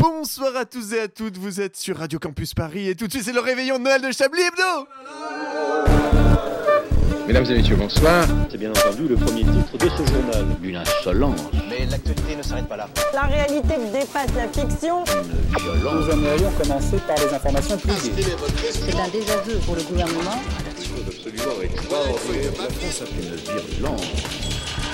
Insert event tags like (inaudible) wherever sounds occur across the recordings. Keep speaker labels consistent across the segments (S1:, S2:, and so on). S1: Bonsoir à tous et à toutes, vous êtes sur Radio Campus Paris et tout de suite c'est le réveillon de Noël de Chablis Hebdo
S2: Mesdames et messieurs, bonsoir.
S3: C'est bien entendu le premier titre de ce journal.
S4: Une insolence.
S5: Mais l'actualité ne s'arrête pas là.
S6: La réalité dépasse la fiction.
S4: Une violence.
S7: Nous aimerions commencer par les informations privées.
S8: C'est un désaveu pour le gouvernement.
S3: Absolument extraordinaire.
S4: Une violence.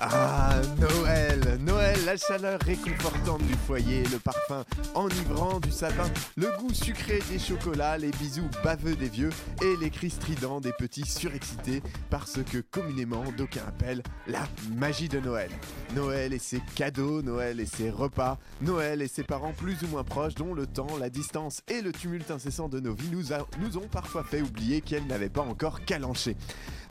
S1: Ah, Noël Noël, la chaleur réconfortante du foyer, le parfum enivrant du sapin, le goût sucré des chocolats, les bisous baveux des vieux et les cris stridents des petits surexcités par ce que communément d'aucuns appellent la magie de Noël. Noël et ses cadeaux, Noël et ses repas, Noël et ses parents plus ou moins proches dont le temps, la distance et le tumulte incessant de nos vies nous, a- nous ont parfois fait oublier qu'elles n'avaient pas encore calanché.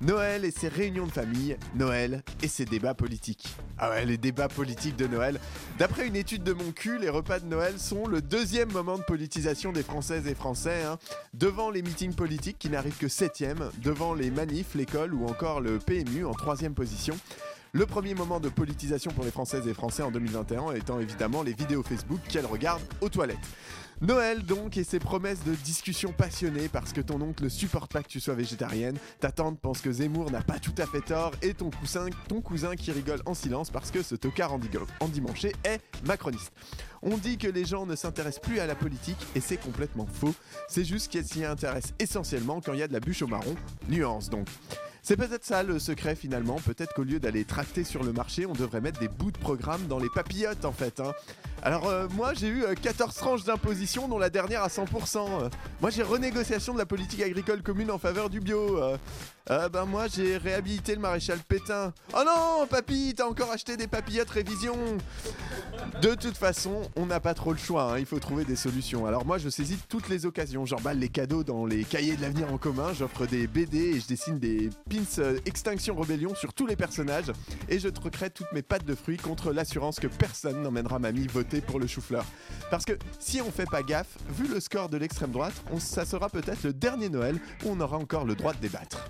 S1: Noël et ses réunions de famille, Noël et ses débats politiques. Ah ouais, les débats politiques de Noël. D'après une étude de mon cul, les repas de Noël sont le deuxième moment de politisation des Françaises et Français, hein. devant les meetings politiques qui n'arrivent que septième, devant les manifs, l'école ou encore le PMU en troisième position. Le premier moment de politisation pour les Françaises et Français en 2021 étant évidemment les vidéos Facebook qu'elles regardent aux toilettes. Noël donc et ses promesses de discussion passionnées parce que ton oncle ne supporte pas que tu sois végétarienne, ta tante pense que Zemmour n'a pas tout à fait tort et ton cousin, ton cousin qui rigole en silence parce que ce tocard endigo- endimanché est macroniste. On dit que les gens ne s'intéressent plus à la politique et c'est complètement faux, c'est juste qu'elles s'y intéressent essentiellement quand il y a de la bûche au marron, nuance donc. C'est peut-être ça le secret finalement, peut-être qu'au lieu d'aller tracter sur le marché, on devrait mettre des bouts de programme dans les papillotes en fait. hein. Alors euh, moi j'ai eu euh, 14 tranches d'imposition dont la dernière à 100%. euh. moi j'ai renégociation de la politique agricole commune en faveur du bio. euh. Euh, ben moi j'ai réhabilité le maréchal Pétain. Oh non papy, t'as encore acheté des papillotes révision de toute façon, on n'a pas trop le choix, hein, il faut trouver des solutions. Alors moi, je saisis toutes les occasions, j'emballe les cadeaux dans les cahiers de l'avenir en commun, j'offre des BD et je dessine des pins euh, Extinction Rebellion sur tous les personnages, et je troquerai toutes mes pattes de fruits contre l'assurance que personne n'emmènera mamie voter pour le chou-fleur. Parce que si on fait pas gaffe, vu le score de l'extrême droite, on, ça sera peut-être le dernier Noël où on aura encore le droit de débattre.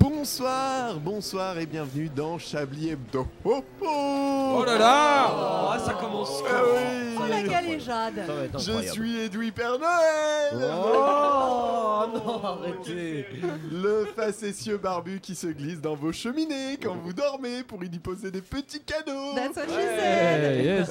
S1: Bonsoir, bonsoir et bienvenue dans Chablis Hebdo. Oh, oh
S9: Oh là là Ah, Ça commence
S1: Ah oui.
S10: Oh,
S6: Jade
S1: Je suis Edoui Père Noël
S9: Oh non, arrêtez
S1: Le facétieux barbu qui se glisse dans vos cheminées quand vous dormez pour y déposer des petits cadeaux
S6: what she
S9: Eh, yes.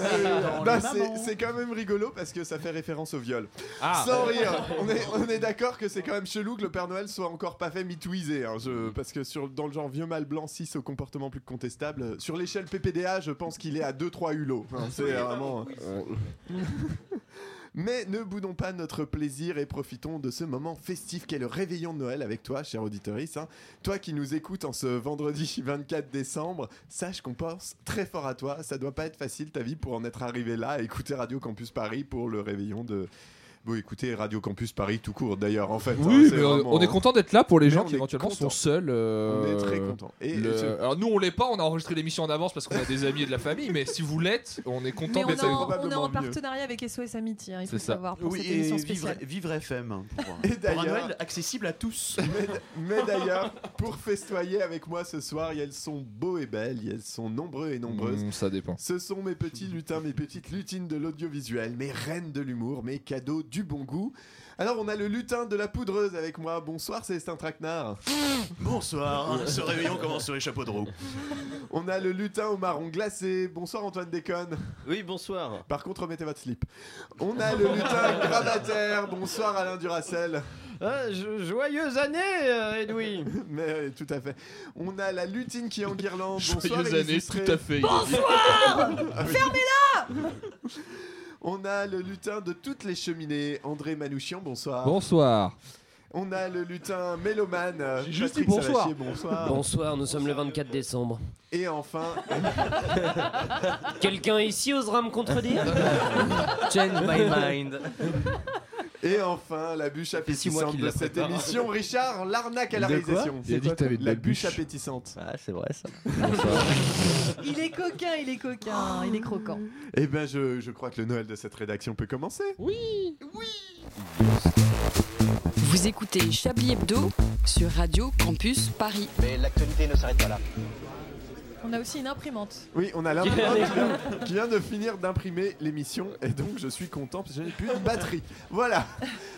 S1: Bah, c'est- C'est quand même rigolo parce que ça fait référence au viol.
S9: Ah,
S1: Sans rire, on est, on est d'accord que c'est quand même chelou que le Père Noël soit encore pas fait mitouiser. hein, je- parce que sur, dans le genre vieux mâle blanc 6 au comportement plus que contestable, euh, sur l'échelle PPDA, je pense qu'il est à 2-3 hulots. hein, c'est vraiment. Mais ne boudons pas notre plaisir et profitons de ce moment festif qu'est le réveillon de Noël avec toi, cher auditorice. hein. Toi qui nous écoutes en ce vendredi (laughs) 24 décembre, sache qu'on pense très fort à toi. Ça doit pas être facile ta vie pour en être arrivé là, à écouter Radio Campus Paris pour le réveillon de. Bon, écoutez Radio Campus Paris tout court d'ailleurs, en fait. hein,
S9: oui,
S1: c'est
S9: mais on-
S1: vraiment-
S9: on est content d'être là pour les
S1: Mais
S9: gens
S1: on
S9: qui
S1: est
S9: éventuellement
S1: content.
S9: sont seuls. euh,
S1: On est très content. Et
S9: le-
S1: c'est
S9: Alors nous on l'est pas, on a enregistré l'émission en avance parce qu'on a des amis et de la famille, mais si vous l'êtes, on est
S10: Mais
S9: content
S10: on,
S9: d'être
S10: est
S1: ça, c'est
S10: en,
S9: avec vous.
S10: on est en
S1: probablement mieux.
S10: partenariat avec SOS Amity, hein, il faut
S9: C'est ça.
S10: savoir pour cette émission spéciale.
S5: FM. hein, pour-
S1: (laughs) Et
S5: pour un
S1: d'ailleurs-
S5: Noël accessible à tous.
S1: (laughs) Mais, mais d'ailleurs, pour festoyer avec moi ce soir, elles sont beaux et belles, elles sont nombreux et nombreuses.
S9: Mm, ça
S1: (laughs)
S9: dépend.
S1: Ce sont mes petits lutins, mes petites lutines de l'audiovisuel, mes reines de l'humour, mes cadeaux du bon goût. Alors on a le lutin de la poudreuse avec moi. Bonsoir Célestin Traquenard. (laughs)
S5: Bonsoir. Ah, hein. Ce réveillon commence sur les chapeaux de roue.
S1: On a le lutin au marron glacé. Bonsoir Antoine Déconne.
S3: Oui, bonsoir.
S1: Par contre, remettez votre slip. On a le
S3: (laughs)
S1: lutin gravataire. Bonsoir Alain Duracel.
S3: Ah, joyeuse année, Edoui.
S1: (laughs) Mais euh, tout à fait. On a la lutine qui est en
S9: (laughs)
S1: guirlande. Bonsoir
S9: Joyeuses
S1: les
S9: années,
S1: illustrés.
S9: tout à fait. (laughs) Ah
S1: Fermez-la (laughs) On a le lutin de toutes les cheminées, André Manouchian, bonsoir.
S9: Bonsoir.
S1: On a le lutin mélomane, euh,
S9: J'ai juste
S1: Patrick
S9: dit bonsoir.
S1: Savachier, bonsoir.
S7: Bonsoir, nous sommes le 24 décembre.
S1: Et enfin,
S7: (laughs) Quelqu'un ici osera me contredire
S2: (laughs)
S11: (laughs)
S1: Change my mind. Et enfin, la bûche
S2: six mois
S1: appétissante
S2: qu'il
S1: de
S2: la
S1: cette
S2: prépare.
S1: émission, Richard, l'arnaque à la
S2: De quoi
S1: réalisation.
S2: Il a dit que t'avais de
S1: La
S2: la
S1: bûche
S2: bûche.
S1: appétissante.
S2: Ah, c'est vrai ça.
S10: Il est coquin, il est coquin, il est croquant.
S1: Eh ben, je, je crois que le Noël de cette rédaction peut commencer.
S10: Oui.
S12: Vous écoutez Chablis Hebdo sur Radio Campus Paris. Mais l'actualité ne s'arrête pas là.
S10: On a aussi une imprimante.
S1: Oui, on a
S2: (laughs)
S1: l'imprimante qui vient- qui vient de finir d'imprimer l'émission et donc je suis content parce que j'ai plus de batterie. Voilà.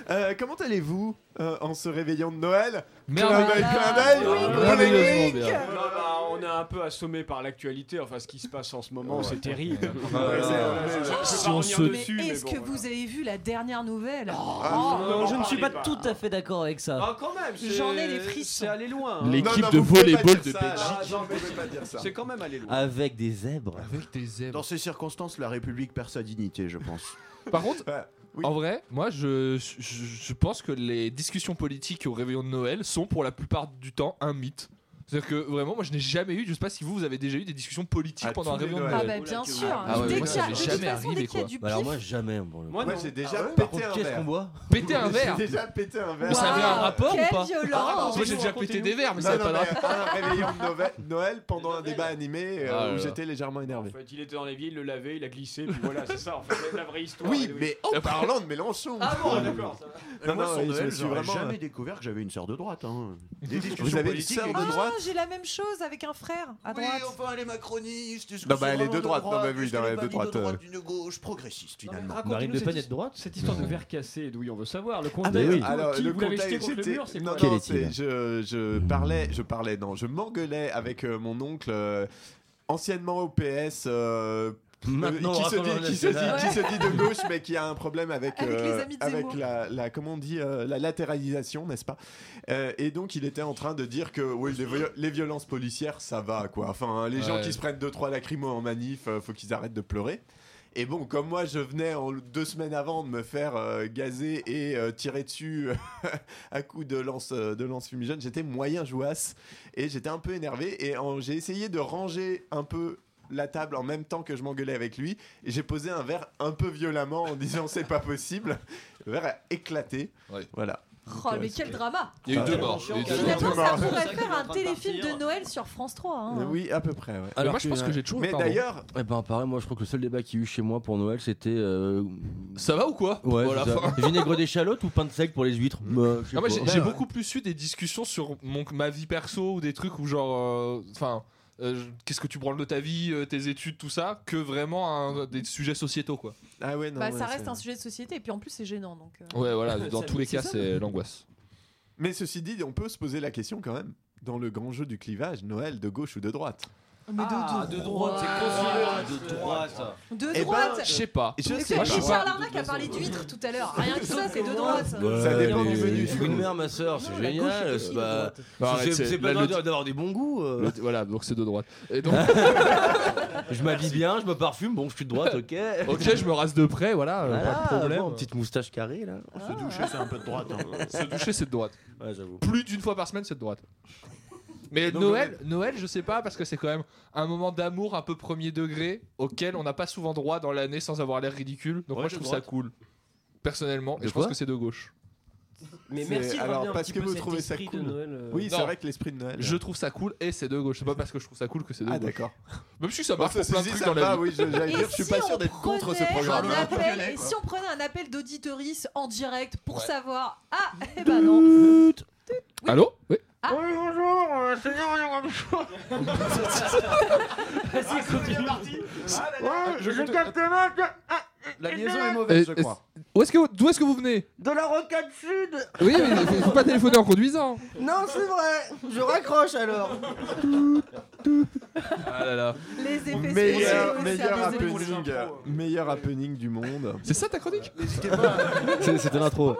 S1: Euh, comment allez-vous euh, en se réveillant de Noël Clin d'œil, clin d'œil euh, Bon
S11: Merveilleusement
S1: équipe.
S11: bien. Non, bah, On est un peu assommé par l'actualité, enfin ce qui se passe en ce moment, c'est terrible. Euh,
S1: Ouais, c'est-
S11: Je- je peux pas revenir dessus,
S10: mais
S11: mais
S10: est-ce
S11: bon,
S10: que
S11: voilà.
S10: vous avez vu la dernière nouvelle
S7: Oh,
S11: Ah, non,
S2: je
S11: m'en
S2: ne suis pas
S11: parlez
S2: tout à fait d'accord avec ça.
S11: Ah, quand même, c'est-
S10: J'en ai des frissons.
S11: C'est allé loin. hein.
S2: L'équipe Non, non, de vous pouvez pas
S1: volleyball dire de ça,
S2: là. Belgique.
S11: Ah, non, mais
S1: pas dire ça.
S11: C'est quand même allé loin.
S5: Ah.
S2: Avec des zèbres.
S9: Avec des zèbres.
S5: Dans ces circonstances, la République perd sa dignité, je pense.
S9: Par contre,
S1: Bah,
S9: en vrai, moi je, je, je pense que les discussions politiques au réveillon de Noël sont pour la plupart du temps un mythe. C'est-à-dire que vraiment, moi je n'ai jamais eu, je sais pas si vous, vous avez déjà eu des discussions politiques pendant un réveillon de Noël.
S10: Ah bah bien sûr.
S9: Ah ouais,
S10: dès qu'il y
S9: moi, ça
S10: a,
S9: m'est
S10: de toute
S9: jamais
S10: façon, dès
S9: arrivé,
S10: qu'il y a
S9: quoi. Ah
S10: du
S2: Bah alors moi jamais pour le
S11: Moi,
S2: coup.
S11: non.
S1: j'ai
S13: Ah
S1: déjà
S2: Par
S1: pété
S2: contre,
S1: un
S2: qu'est-ce
S1: verre.
S2: qu'on boit
S9: Péter un verre
S1: J'ai déjà pété un verre.
S9: Mais ça avait un rapport
S10: quelle
S9: ou pas
S10: violence
S9: Ah, Moi j'ai déjà pété des verres, mais ça
S1: Non,
S9: n'a
S1: non,
S9: pas de
S1: mais
S9: rapport.
S1: un réveillon de Noël, Noël pendant un débat animé euh,
S9: Ah là
S1: où
S9: là.
S1: j'étais légèrement
S11: En
S1: énervé.
S11: fait, Ah, il était dans l'évier, il le lavait, il a glissé, puis voilà, c'est ça en fait, la vraie histoire.
S1: Oui,
S11: et
S1: mais en parlant de Mélenchon.
S11: Ah bon, d'accord, ça va.
S1: (laughs) Non,
S5: moi,
S1: non,
S5: sur
S1: oui, je me
S5: Noël,
S1: suis
S5: j'aurais
S1: vraiment- euh,
S5: jamais découvert que j'avais une sœur de droite.
S1: (laughs)
S5: Hein. Des discussions
S1: Vous avez une
S5: politiques
S1: sœur de
S5: avec des-
S10: Ah, j'ai la même chose avec un frère à
S5: Oui,
S10: droite.
S5: enfin, les macronistes, est-ce que
S1: Non,
S5: c'est
S1: bah, elle est
S5: vraiment
S1: de droite. Non, bah oui,
S5: Est-ce qu'elle
S1: non,
S5: est
S1: elle est
S5: pas
S1: de
S5: ni
S1: droite,
S5: de
S1: euh.
S5: droite, d'une gauche Oh, progressiste, finalement.
S2: Marine Le Pen est de droite
S11: Cette histoire de verre cassé, d'où on veut savoir. Le
S1: Ah,
S11: contexte,
S1: mais oui.
S11: tout,
S1: Alors,
S11: qui
S1: le
S11: vous l'avez
S1: contexte,
S11: jeté contre le
S1: c'était-
S11: mur, c'est
S1: non,
S11: quoi
S1: non, c'est- je, je parlais, je parlais, non, je m'engueulais avec euh, mon oncle, euh, anciennement au PS. euh,
S2: Maintenant,
S1: qui, se
S2: Rassemblement
S1: dit, qui se dit-
S2: National.
S1: qui se dit
S11: (laughs)
S1: de gauche mais qui a un problème avec, euh,
S10: Avec les amis de
S1: avec
S10: Zemmour.
S1: la, la- comment on dit euh, la latéralisation n'est-ce pas Euh, et donc il était en train de dire que oui les, viol- les violences policières ça va quoi enfin hein, les gens
S9: Ouais.
S1: qui se prennent deux trois lacrymos en manif euh, faut qu'ils arrêtent de pleurer et bon, comme moi, je venais en, deux semaines avant de me faire euh, gazer et euh, tirer dessus (laughs) à coups de lance euh, de lance fumigène, j'étais moyen jouasse et j'étais un peu énervé. Et en- j'ai essayé de ranger un peu la table en même temps que je m'engueulais avec lui et j'ai posé un verre un peu violemment en disant c'est pas possible. Le verre a éclaté. Voilà.
S10: Oh,
S1: Donc, euh,
S10: mais quel drama
S9: Il y a eu deux morts. il y a eu deux morts.
S10: Finalement, ça
S1: marrant.
S10: pourrait
S11: qu'il est
S10: faire
S11: en train
S10: un
S11: de
S10: téléfilm
S11: partir.
S10: de Noël sur France 3. hein.
S1: Oui, à peu près. ouais.
S9: moi, je pense que j'ai toujours-
S1: Mais
S9: pardon.
S1: d'ailleurs,
S2: euh, Eh ben pareil, moi je crois que le seul débat qu'il y a eu chez moi pour Noël c'était. euh,
S9: Ça va ou quoi
S2: Ouais,
S9: Voilà,
S2: c'est ça.
S9: (laughs) enfin.
S2: Vinaigre d'échalote ou pain de sec pour les huîtres Bah, je sais
S9: Ah, moi,
S2: pas.
S9: j'ai j'ai beaucoup plus eu des discussions sur mon, ma vie perso ou des trucs où genre, euh, enfin, euh, je- qu'est-ce que tu branles de ta vie, euh, tes études, tout ça, que vraiment un- des sujets sociétaux quoi.
S1: Ah ouais,
S10: Bah, ça reste un sujet de société et puis en plus c'est gênant donc. euh.
S9: Ouais, voilà,
S10: (laughs)
S9: dans
S10: Ça-
S9: tous les
S10: c'est
S9: cas,
S10: ça. hein.
S9: c'est l'angoisse.
S1: mais ceci dit, on peut se poser la question quand même dans le grand jeu du clivage, Noël de gauche ou de droite.
S10: Mais de,
S2: de droite, c'est considéré Ah, de droite.
S10: de
S1: Eh ben,
S10: droite.
S9: Je sais pas.
S1: Je
S10: Mais
S1: sais
S10: quoi,
S1: pas.
S10: Richard Larnac a parlé d'huîtres tout à l'heure. Rien que ça, c'est de droite.
S1: Ça dépend du menu.
S2: Une mère, ma soeur, c'est génial. c'est pas-
S9: Bah, arrête,
S2: c'est-
S9: c'est-
S2: C'est
S9: la
S2: pas mal
S9: logique-
S2: d'avoir des bons goûts. euh.
S9: Le- Voilà, donc c'est de droite.
S1: (laughs)
S9: Et donc,
S2: (laughs) Je m'habille bien, je me parfume, bon, je suis de
S9: (laughs)
S2: droite, ok.
S9: ok, je me rase de près, voilà, euh,
S2: Voilà,
S9: pas de problème.
S2: bon, petite moustache carrée là.
S5: Se doucher, c'est un peu de droite. hein.
S9: Se doucher, c'est de droite.
S2: Ouais, j'avoue.
S9: Plus d'une fois par semaine, c'est de droite. Mais
S1: Donc,
S9: Noël, Noël, je sais pas, parce que c'est quand même un moment d'amour un peu premier degré auquel on n'a pas souvent droit dans l'année sans avoir l'air ridicule. Donc
S2: Ouais,
S9: moi,
S2: de
S9: je trouve
S2: droite.
S9: ça cool. Personnellement, et
S2: De
S9: je pense
S2: quoi
S9: que c'est de gauche.
S1: Mais merci alors parce que vous trouvez ça cool. Oui, c'est
S9: Non.
S1: vrai que l'esprit de Noël. euh.
S9: Je trouve ça cool et c'est de gauche. C'est pas parce que je trouve ça cool que c'est de
S1: Ah
S9: gauche.
S1: d'accord.
S9: Même si ça
S1: Bon,
S9: marche pour
S1: ceci
S9: plein de
S1: dit,
S9: trucs
S1: ça
S9: dans
S1: va,
S9: la vie.
S1: oui, je- j'allais
S10: Et
S1: dire, je suis pas
S10: si
S1: sûr
S10: on
S1: d'être contre ce
S10: prenait
S1: programme.
S10: un appel-
S5: gueuler,
S10: et
S5: quoi.
S10: si on prenait un appel d'auditoris en direct pour
S9: Ouais.
S10: savoir Ah, eh ben non. Ah.
S9: Allô Oui.
S2: Ah,
S4: La liaison est mauvaise, je crois.
S9: Où est-ce que vous- D'où est-ce que vous venez
S2: De la rocade sud
S9: Oui,
S2: (laughs)
S9: mais faut- faut pas téléphoner en conduisant.
S2: Non, c'est vrai Je raccroche alors
S9: Ah là là.
S10: Les effets spéciaux.
S1: Meilleur,
S10: au
S1: meilleur
S10: service de-
S1: happening,
S9: (laughs)
S1: meilleur happening du monde.
S9: C'est ça ta chronique
S2: C'était l'intro.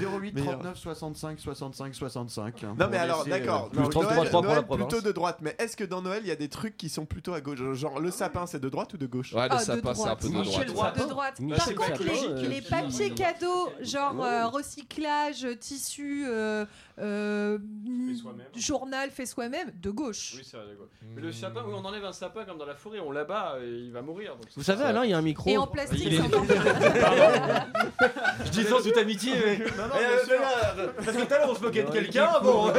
S14: 08
S1: Meilleur.
S14: 39 65 65
S5: hein.
S14: 65.
S1: Non mais alors
S5: euh,
S1: d'accord,
S14: Plus
S1: Noël- Noël plutôt de droite, mais est-ce que dans Noël il y a des trucs qui sont plutôt à gauche Genre le sapin c'est de droite ou de gauche
S9: Ouais, le Ah, de sapin, c'est un peu de droite. droite.
S10: de droite.
S1: Michel
S10: Par
S1: Sapin,
S10: contre,
S1: euh,
S10: les, les
S1: qui-
S10: papiers cadeaux, genre
S1: Ouais.
S10: euh, recyclage, tissu, euh, euh, journal fait soi-même, de gauche.
S11: Oui, c'est vrai, d'accord. Mais
S6: Hmm.
S11: le sapin, oui, on enlève un sapin comme dans la forêt, on l'abat et il va mourir. donc
S6: Vous
S11: c'est-
S6: savez, Alain, il y a un micro.
S10: Et en plastique,
S6: Il
S11: (laughs)
S1: (laughs)
S6: est-
S10: c'est encore pire.
S6: Je dis ça en toute amitié. mais- Eh, euh, mais là, Parce que tout à l'heure, on se moquait de quelqu'un.
S11: (laughs)
S6: Bon.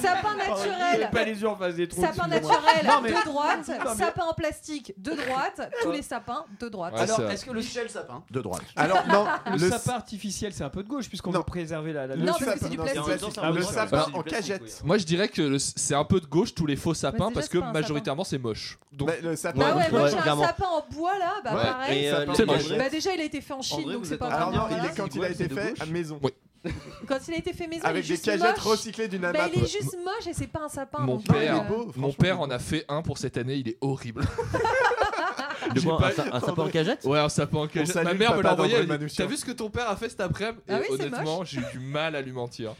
S10: Sapin naturel.
S11: Pas les yeux en face des trous.
S10: Sapin
S11: excusez-moi.
S10: naturel
S11: Non, mais-
S10: de droite,
S11: Non, mais-
S10: sapin en plastique de droite, tous les sapins de droite.
S1: Ouais, Alors, c'est vrai. est-ce
S10: que le Michel sapin
S1: De droite.
S11: Alors,
S1: non,
S11: le,
S1: le
S11: sapin artificiel, c'est un peu de gauche puisqu'on veut préserver la. la
S1: Non, parce que c'est du Non, c'est plastique. plastique. Ah, le sapin en cagette.
S9: Moi je dirais que le- c'est un peu de gauche tous les faux sapins
S10: Bah, c'est
S9: parce
S10: juste
S9: que
S10: pas un
S9: majoritairement c'est moche. Donc
S1: le sapin.
S10: Bah ouais, moi j'ai un sapin en bois là, bah
S9: Ouais.
S10: pareil.
S9: Et, euh, C'est moche.
S10: Bah déjà il a été fait en Chine, donc c'est pas
S1: Alors
S10: vraiment
S1: non, il
S10: voilà.
S1: est quand il a été fait à maison.
S10: Quand il a été fait maison,
S1: Avec
S10: il est
S1: des
S10: juste
S1: cagettes
S10: moche.
S1: recyclées d'une
S10: Bah
S1: AMAP.
S10: il est juste moche et c'est pas un sapin.
S9: mon
S10: donc, euh,
S9: père, mon père en a fait un pour cette année, il est horrible. J'ai
S6: quoi, un
S9: pas-
S6: sa- un sapin en cagette
S9: Ouais, un sapin en cagette.
S6: salue
S9: Ma
S6: le
S9: mère me
S6: papa
S9: l'a envoyé.
S6: d'André
S9: elle dit,
S6: Manouchian.
S9: T'as vu ce que ton père a fait cet après-midi
S6: Ah
S9: Et
S6: oui, c'est
S9: honnêtement,
S6: moche.
S9: j'ai eu du mal à lui mentir.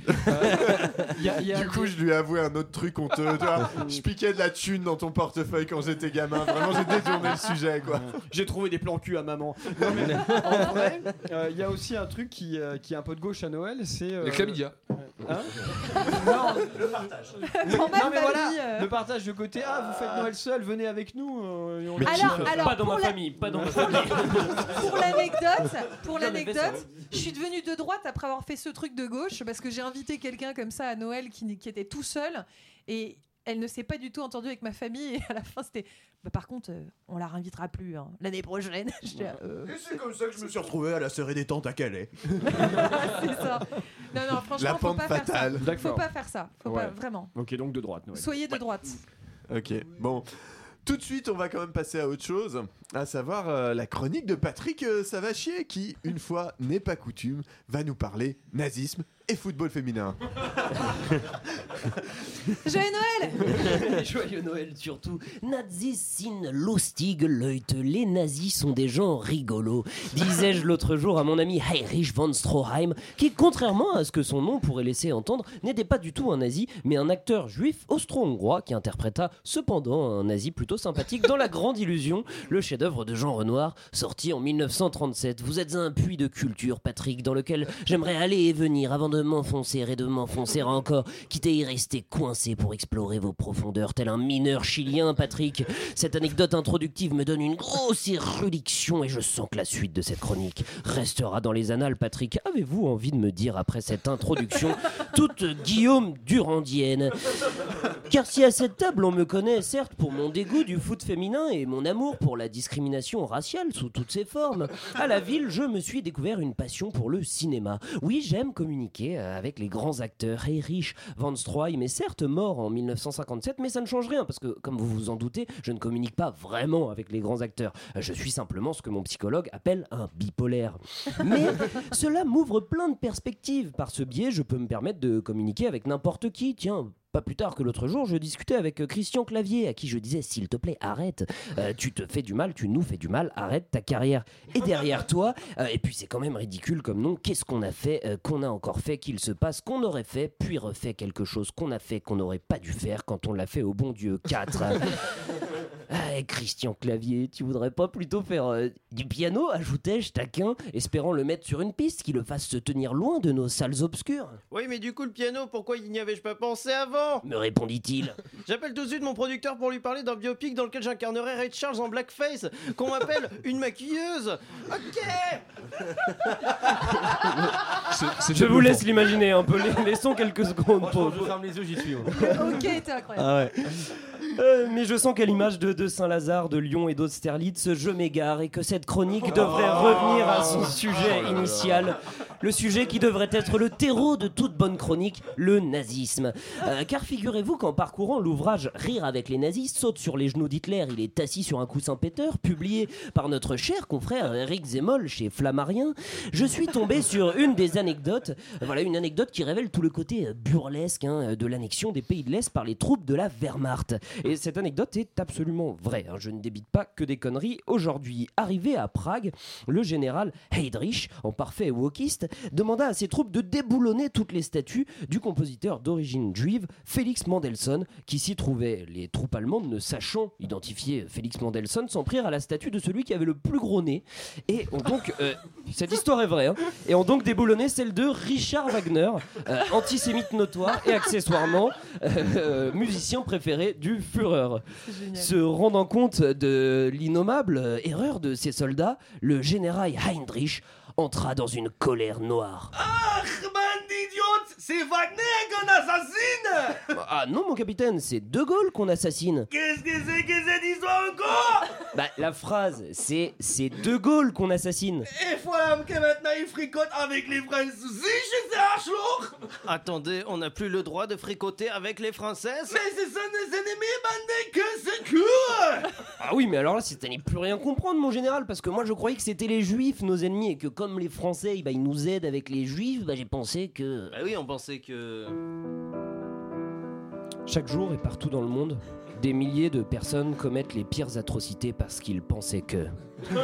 S1: Du coup, je lui ai avoué un autre truc honteux.
S11: (laughs)
S1: tu vois. je piquais de la thune dans ton portefeuille quand j'étais gamin. Vraiment, j'ai détourné le sujet, quoi.
S11: J'ai trouvé des plans cul à maman. Non, mais en vrai, euh, il y a aussi un truc qui, euh, qui est un peu de gauche à Noël, c'est. euh,
S9: Le chlamydia.
S11: Hein (laughs) Non, le partage. Le,
S10: Quand même,
S11: non, mais
S10: ma
S11: voilà,
S10: vie, euh.
S11: le partage de côté. Ah, vous faites Noël seul, venez avec nous. euh, et on-
S10: Mais Alors, qui- alors, Pas dans pour ma la- famille,
S11: pas dans ma famille.
S10: Pour l'anecdote, pour
S11: Bien, mais fais
S10: l'anecdote,
S11: ça.
S10: je suis devenue de droite après avoir fait ce truc de gauche parce que j'ai invité quelqu'un comme ça à Noël qui, n'est- qui était tout seul et elle ne s'est pas du tout entendue avec ma famille et à la fin c'était bah, par contre euh, on la réinvitera plus hein, l'année prochaine. (laughs) J'étais là, euh,
S5: Et c'est comme ça que je me suis retrouvé à la soirée des tentes à Calais.
S10: c'est ça. Non non franchement
S5: La
S10: faut
S5: pente
S10: pas
S5: fatale.
S10: faire ça. Faut
S5: D'accord.
S10: pas faire ça. Faut pas
S1: Ouais.
S10: vraiment.
S11: Ok, donc de droite, Noël.
S10: Soyez de droite.
S1: Ok, bon. Tout de suite, on va quand même passer à autre chose, à savoir euh, la chronique de Patrick euh, Savachier, qui, une fois n'est pas coutume, va nous parler nazisme et football féminin.
S10: (laughs) Joyeux
S11: (laughs)
S10: Noël
S7: Joyeux Noël surtout. Nazis sin lustig Leute. Les nazis sont des gens rigolos, disais-je l'autre jour à mon ami Heinrich von Stroheim, qui, contrairement à ce que son nom pourrait laisser entendre, n'était pas du tout un nazi, mais un acteur juif austro-hongrois qui interpréta cependant un nazi plutôt sympathique dans La Grande Illusion, le chef-d'œuvre de Jean Renoir, sorti en 1937. Vous êtes un puits de culture, Patrick, dans lequel j'aimerais aller et venir avant de m'enfoncer et de m'enfoncer encore, quitte à y rester coincé pour explorer vos profondeurs, tel un mineur chilien, Patrick. Cette anecdote introductive me donne une grosse érudition et je sens que la suite de cette chronique restera dans les annales, Patrick. Avez-vous envie de me dire après cette introduction toute Guillaume Durandienne car si à cette table on me connaît, certes, pour mon dégoût du foot féminin et mon amour pour la discrimination raciale sous toutes ses formes, à la ville, je me suis découvert une passion pour le cinéma. Oui, j'aime communiquer euh, avec les grands acteurs. Heinrich Van Stroheim est certes mort en 1957, mais ça ne change rien, parce que, comme vous vous en doutez, je ne communique pas vraiment avec les grands acteurs. Je suis simplement ce que mon psychologue appelle un bipolaire. Mais cela m'ouvre plein de perspectives. Par ce biais, je peux me permettre de communiquer avec n'importe qui. Tiens, pas plus tard que l'autre jour, je discutais avec euh, Christian Clavier, à qui je disais S'il te plaît, arrête, Euh, tu te fais du mal, tu nous fais du mal, arrête ta carrière. Et derrière toi, euh, et puis c'est quand même ridicule comme nom, qu'est-ce qu'on a fait, euh, qu'on a encore fait, qu'il se passe, qu'on aurait fait, puis refait quelque chose qu'on a fait, qu'on n'aurait pas dû faire quand on l'a fait au bon Dieu 4. Ah, et Christian Clavier, tu voudrais pas plutôt faire euh, du piano ajoutai-je taquin, espérant le mettre sur une piste qui le fasse se tenir loin de nos salles obscures
S15: Oui, mais du coup, le piano, pourquoi il n'y avais-je pas pensé avant
S7: Me répondit-il.
S15: (laughs) J'appelle tout de suite mon producteur pour lui parler d'un biopic dans lequel j'incarnerai Ray Charles en blackface, qu'on m'appelle une maquilleuse. Ok
S16: Je vous laisse l'imaginer un peu. la- Laissons quelques secondes pour.
S6: Je ferme les yeux, j'y suis. moi.
S10: ok, t'es incroyable.
S16: Ah ouais. Euh, mais je sens qu'à l'image de, de Saint-Lazare, de Lyon et d'Austerlitz, je m'égare et que cette chronique devrait
S7: Oh.
S16: revenir à son
S7: Oh
S16: sujet
S7: là là.
S16: initial. Le sujet qui devrait être le terreau de toute bonne chronique, le nazisme. Euh, car figurez-vous qu'en parcourant l'ouvrage Rire avec les nazis, saute sur les genoux d'Hitler, il est assis sur un coussin péteur, publié par notre cher confrère Eric Zemmoll chez Flammarien, je suis tombé sur une des anecdotes. Voilà une anecdote qui révèle tout le côté euh, burlesque hein, de l'annexion des pays de l'Est par les troupes de la Wehrmacht. Et cette anecdote est absolument vraie. hein. Je ne débite pas que des conneries. Aujourd'hui, arrivé à Prague, le général Heydrich, en parfait wokiste,
S7: demanda à ses troupes de déboulonner toutes les statues du compositeur d'origine juive Félix Mendelssohn, qui s'y trouvait. Les troupes allemandes, ne sachant identifier Félix Mendelssohn, s'en prirent à la statue de celui qui avait le plus gros nez. Et ont donc. euh, (laughs) cette histoire est vraie, hein, et ont donc déboulonné celle de Richard Wagner, euh, antisémite notoire et accessoirement euh, euh, musicien préféré du Führer. Se rendant compte de l'innommable euh, erreur de ses soldats, le général Heinrich entra dans une colère noire.
S17: Idiot, c'est Wagner qu'on assassine
S7: Ah non, mon capitaine, c'est De Gaulle qu'on assassine.
S17: Qu'est-ce que c'est que cette histoire encore
S7: Bah, la phrase, c'est c'est De Gaulle qu'on assassine.
S17: Et voilà que maintenant il fricote avec les Français chez ces archlours
S15: Attendez, on n'a plus le droit de fricoter avec les Françaises
S17: Mais ce sont des ennemis, bande que c'est cool
S7: Ah oui, mais alors là, c'est t'allais plus rien comprendre, mon général, parce que moi, je croyais que c'était les Juifs, nos ennemis, et que comme les Français, bah, ils nous aident avec les Juifs, bah, j'ai pensé que...
S15: Bah oui, on pensait que.
S7: Chaque jour et partout dans le monde, des milliers de personnes commettent les pires atrocités parce qu'ils pensaient que... (laughs)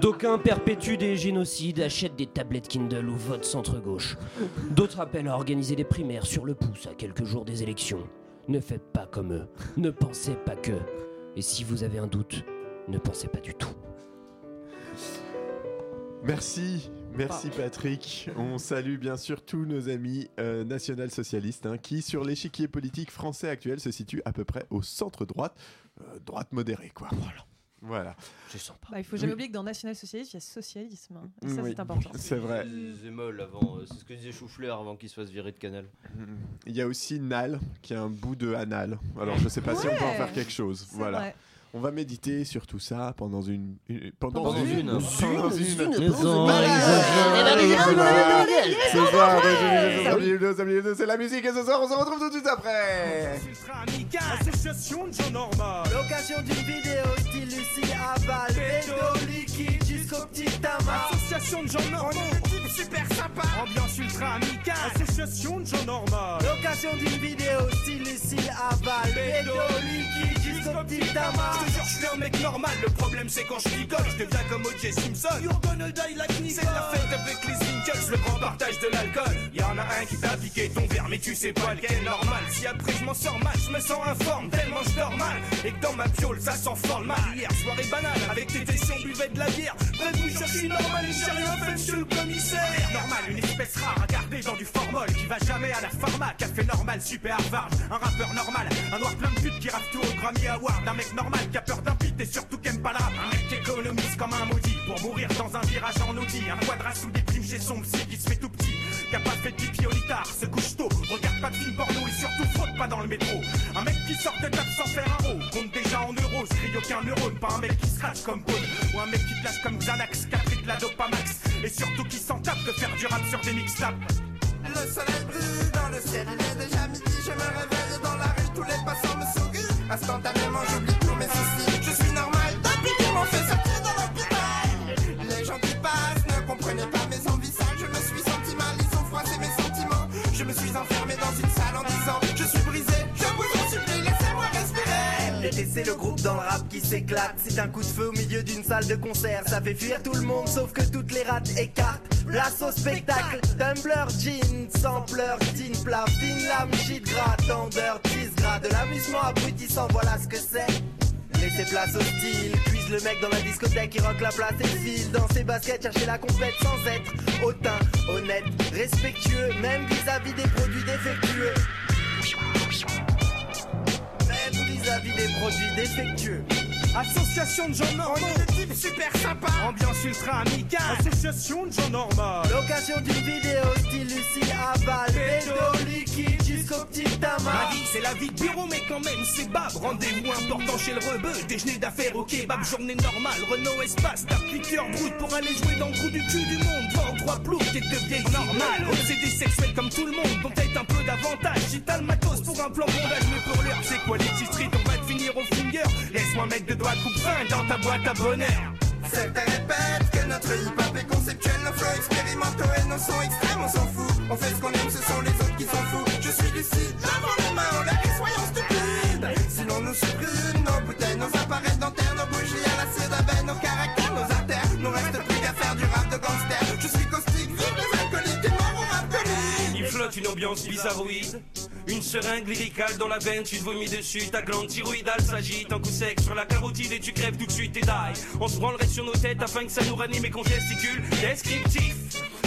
S7: D'aucuns perpétuent des génocides, achètent des tablettes Kindle ou votent centre-gauche. D'autres appellent à organiser des primaires sur le pouce à quelques jours des élections. Ne faites pas comme eux, ne pensez pas que. Et si vous avez un doute, ne pensez pas du tout.
S1: Merci, merci Patrick. On salue bien sûr tous nos amis euh, national-socialistes hein, qui, sur l'échiquier politique français actuel, se situent à peu près au centre-droite, euh, droite modérée quoi. Voilà. Voilà.
S7: C'est sympa.
S10: Bah, il faut jamais oublier que dans National Socialiste, il y a socialisme. hein. Et ça,
S1: Oui,
S10: c'est important.
S1: C'est vrai.
S15: Zemmour avant, euh, c'est ce que disait Choufleur avant qu'il se fasse virer de canal.
S1: Il y a aussi Nal qui a un bout de anal. Alors je sais pas si on peut en
S15: Ouais.
S1: faire quelque chose.
S15: C'est
S1: Voilà.
S15: vrai.
S1: On va méditer sur tout ça pendant une une- pendant,
S15: Pendant une.
S1: pendant
S15: Sur-
S1: une-
S15: sur-
S1: pendant
S15: Les
S1: une-
S15: anges, Eh ben,
S1: Voilà.
S15: les anges,
S1: C'est
S15: les
S1: ça.
S15: anges, les
S1: C'est
S15: anges, les
S1: ça. C'est ça.
S15: anges.
S1: Bienvenue, bienvenue, bienvenue. C'est la musique et ce soir on se retrouve tout de suite après.
S17: Association de gens normaux Location d'une vidéo style Lucie à balle Pédo liquide jusqu'au petit tamas Association de gens normaux On est super sympa Ambiance ultra amicale Association de gens normaux Location d'une vidéo style Lucie à balle Pédo liquide jusqu'au petit tamas Je te jure, je suis un mec normal Le problème c'est quand je rigole Je deviens comme O.J. Simpson You're gonna die like Nicole C'est la fête avec les singles Le grand partage de l'alcool Y'en a un qui t'a piqué ton verre Mais tu sais pas lequel normal Si après je m'en sors mal Je me sens informe Tellement je dors mal Et que dans ma piole ça sent fort le mal Hier soirée banale Avec tes questions buvait de la bière Bref oui je suis normal Et j'ai rien fait monsieur le commissaire Normal une espèce rare à garder dans du formol Qui va jamais à la pharma Café normal super Harvard Un rappeur normal Un noir plein de putes qui rappe tout au Grammy Award Un mec normal qui a peur d'un pit Et surtout qui aime pas la rap. Un mec qui économise comme un maudit Pour mourir dans un virage en Audi Un quadra sous des plumes chez son psy Qui se fait tout petit qui a pas fait de pipi au litard, se couche tôt, regarde pas de film porno et surtout frotte pas dans le métro. Un mec qui sort de table sans faire un haut, compte déjà en euros, se crie aucun neurone, pas un mec qui se rase comme Paul, ou un mec qui te lâche comme Xanax, qui a pris de la dopamax, et surtout qui s'en tape de faire du rap sur des mixtapes. Le soleil brille dans le ciel, il est déjà midi, je me réveille dans la rue, tous les passants me sourient, instantanément j'oublie tous mes soucis, je suis normal, depuis qu'ils m'ont fait sortir de l'hôpital. Les gens qui passent ne comprenaient pas mes envies sales, je me suis senti mal, ils ont froissé mes sentiments, je me suis enfermé dans une salle en disant, je suis brisé, je vous en supplie, laissez-moi respirer.
S18: Et c'est le groupe dans le rap qui s'éclate. C'est un coup de feu au milieu d'une salle de concert. Ça fait fuir tout le monde sauf que toutes les rates écartent. Place au spectacle, Tumblr, jean, sampler, teen, platine, lame, shit, gras, tendeur, tease, gras. De l'amusement abrutissant, voilà ce que c'est. Laissez place au style, cuise le mec dans la discothèque, il rock la place et file dans ses baskets, chercher la compète sans être hautain, honnête, respectueux, même vis-à-vis des produits défectueux. Même vis-à-vis des produits défectueux.
S17: Association de gens normaux, des types super sympas, ambiance ultra amicale, association de gens normaux,
S18: Location d'une vidéo style Lucie à balle, pédo liquide jusqu'au petit tamas.
S17: Ma vie, c'est la vie de bureau, mais quand même, c'est bab. Rendez-vous important chez le rebeu. Déjeuner d'affaires au kebab, journée normale. Renault Espace, ta piqueur brute pour aller jouer dans le trou du cul du monde. Vends trois ploucs, t'es de vieille normale. OCD sexuel comme tout le monde, dont peut-être un peu d'avantage. J'ai t'as le matos pour un plan bondage, mais pour l'heure, c'est quoi les petits streets On va te finir au finger. Laisse-moi mettre de doigts coupe fin dans ta boîte à bonheur.
S18: C'est un répète que notre hip-hop est conceptuel, nos flots expérimentaux et nos sons extrêmes, on s'en fout. On fait ce qu'on aime, ce sont les autres qui s'en foutent. Je suis lucide, lavons les mains en l'air et soyons stupides. Sinon nous supprime nos bouteilles, nos appareils dentaires, nos bougies à la cire d'abeille, nos caractères, nos artères. Nous reste plus qu'à faire du rap de gangster. Je suis caustique,
S19: flotte une ambiance bizarroïde. Une seringue lyricale dans la veine, tu te vomis dessus, ta glande thyroïdale s'agite, un coup sec sur la carotide et tu crèves tout de suite et die. On se branlerait sur nos têtes afin que ça nous ranime et qu'on gesticule descriptif.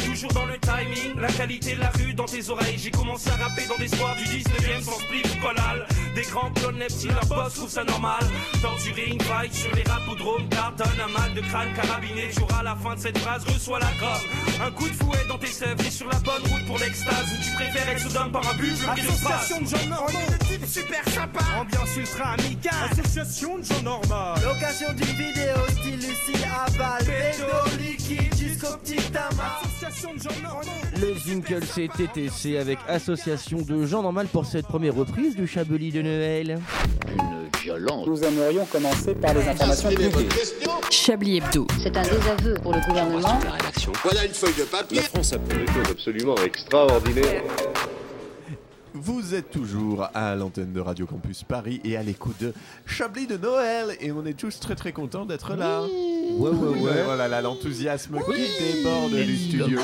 S19: Toujours dans le timing, la qualité, la rue dans tes oreilles. J'ai commencé à rapper dans des soirs du 19ème sans split ou collal. Des grands clones Neptune, la boss trouve ça normal. Dans du ring fight sur les rapodromes, cartonne un mal de crâne carabiné. Tu auras la fin de cette phrase, reçois la gomme. Un coup de fouet dans tes sèvres, t'es sur la bonne route pour l'extase. Ou tu préfères être soudain par un bulle, le prix de
S18: Association de
S19: face.
S18: gens normaux, type super sympa, ambiance ultra amicale. Association de gens normaux, location d'une vidéo style Lucie Aval, pédo liquide jusqu'au petit tamas. Association de gens normaux.
S20: Le Zunkel CTTC avec association de gens normaux pour cette première reprise du Chablis de Noël. Une violence. Nous aimerions commencer par les informations
S21: Chablis Hebdo.
S22: C'est un désaveu pour le gouvernement.
S23: Voilà une feuille de papier.
S24: La France a fait des choses absolument extraordinaires.
S1: Vous êtes toujours à l'antenne de Radio Campus Paris et à l'écoute de Chablis de Noël et on est tous très très contents d'être là. Ouais ouais ouais. Voilà là, l'enthousiasme qui déborde du studio.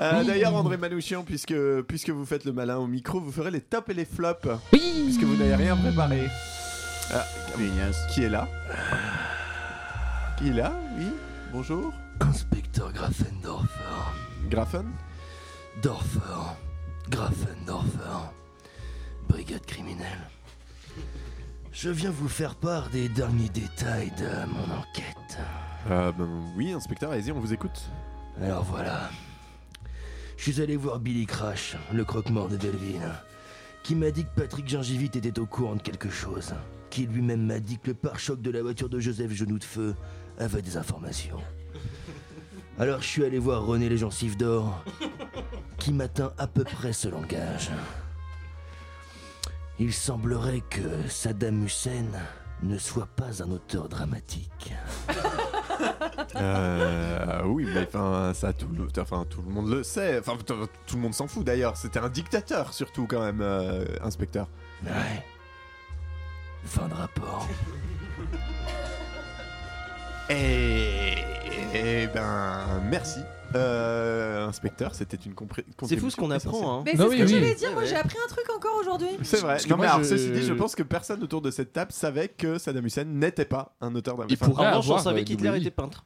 S1: Euh, D'ailleurs André Manouchian, puisque, puisque vous faites le malin au micro, vous ferez les tops et les flops. Puisque vous n'avez rien préparé. Ah, qui est là Qui est là Oui Bonjour
S13: Inspecteur Grafendorfer.
S1: Grafen
S13: Dorfer. Grafendorfer. Brigade criminelle. Je viens vous faire part des derniers détails de mon enquête.
S1: Euh, ben, Oui inspecteur, allez-y, on vous écoute.
S13: Alors voilà. Je suis allé voir Billy Crash, le croque-mort de Belleville, qui m'a dit que Patrick Gingivit était au courant de quelque chose, qui lui-même m'a dit que le pare-choc de la voiture de Joseph Genou de Feu avait des informations. Alors je suis allé voir René les gencives d'or, qui m'atteint à peu près ce langage. Il semblerait que Saddam Hussein ne soit pas un auteur dramatique.
S1: Euh, oui, mais enfin, ça, tout le, enfin, tout le monde le sait. Enfin, tout tout le monde s'en fout d'ailleurs. C'était un dictateur, surtout, quand même, euh, inspecteur.
S13: Ouais. Fin de rapport.
S1: Et. Eh ben, merci. Euh, inspecteur, c'était une compri-
S15: C'est fou ce qu'on
S1: contribution
S15: apprend, hein.
S10: Mais
S1: essentielle.
S10: c'est ce que j'allais dire, moi j'ai appris un truc encore aujourd'hui.
S1: C'est vrai.
S10: Parce que
S1: Non, mais
S10: moi,
S1: alors,
S10: je-
S1: ceci dit, je pense que personne autour de cette table savait que Saddam Hussein n'était pas un auteur d'un
S15: Il
S1: enfin,
S15: pourrait En revanche, on avoir, savait euh, qu'Hitler double vie. était peintre.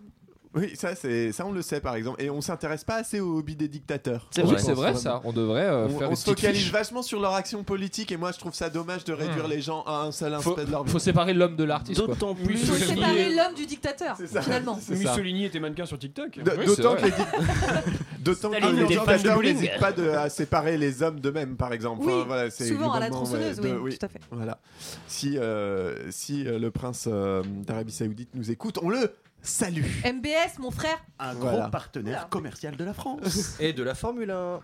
S1: Oui, ça, c'est ça, on le sait par exemple. Et on s'intéresse pas assez aux hobbies des dictateurs.
S9: C'est Oui, vrai. c'est vrai, ça. On devrait, euh,
S1: on,
S9: faire
S1: on
S9: une
S1: se
S9: petite
S1: focalise
S9: fiche.
S1: vachement sur leur action politique. Et moi, je trouve ça dommage de réduire
S9: Hmm.
S1: les gens à un seul aspect
S9: Faut,
S1: de leur vie.
S9: faut séparer l'homme de l'artiste.
S15: D'autant
S10: Il faut séparer l'homme du dictateur,
S1: ça.
S10: finalement.
S1: C'est ça.
S11: Mussolini était mannequin sur TikTok.
S1: D- D'autant que les, dic-
S10: (laughs)
S1: d'autant que
S11: Staline
S1: les
S11: était fan de
S1: dictateurs
S11: bowling.
S1: n'hésitent pas de- à séparer les hommes d'eux-mêmes, par exemple.
S10: Oui,
S1: Enfin, voilà, c'est
S10: souvent à la
S1: globalement,
S10: tronçonneuse,
S1: ouais, de-
S10: oui, tout à fait.
S1: Voilà. Si, euh, si euh, le prince euh, d'Arabie Saoudite nous écoute, on le salue.
S10: MBS, mon frère.
S1: Un
S10: gros
S1: partenaire commercial de la France.
S15: (laughs) Et de la Formule 1.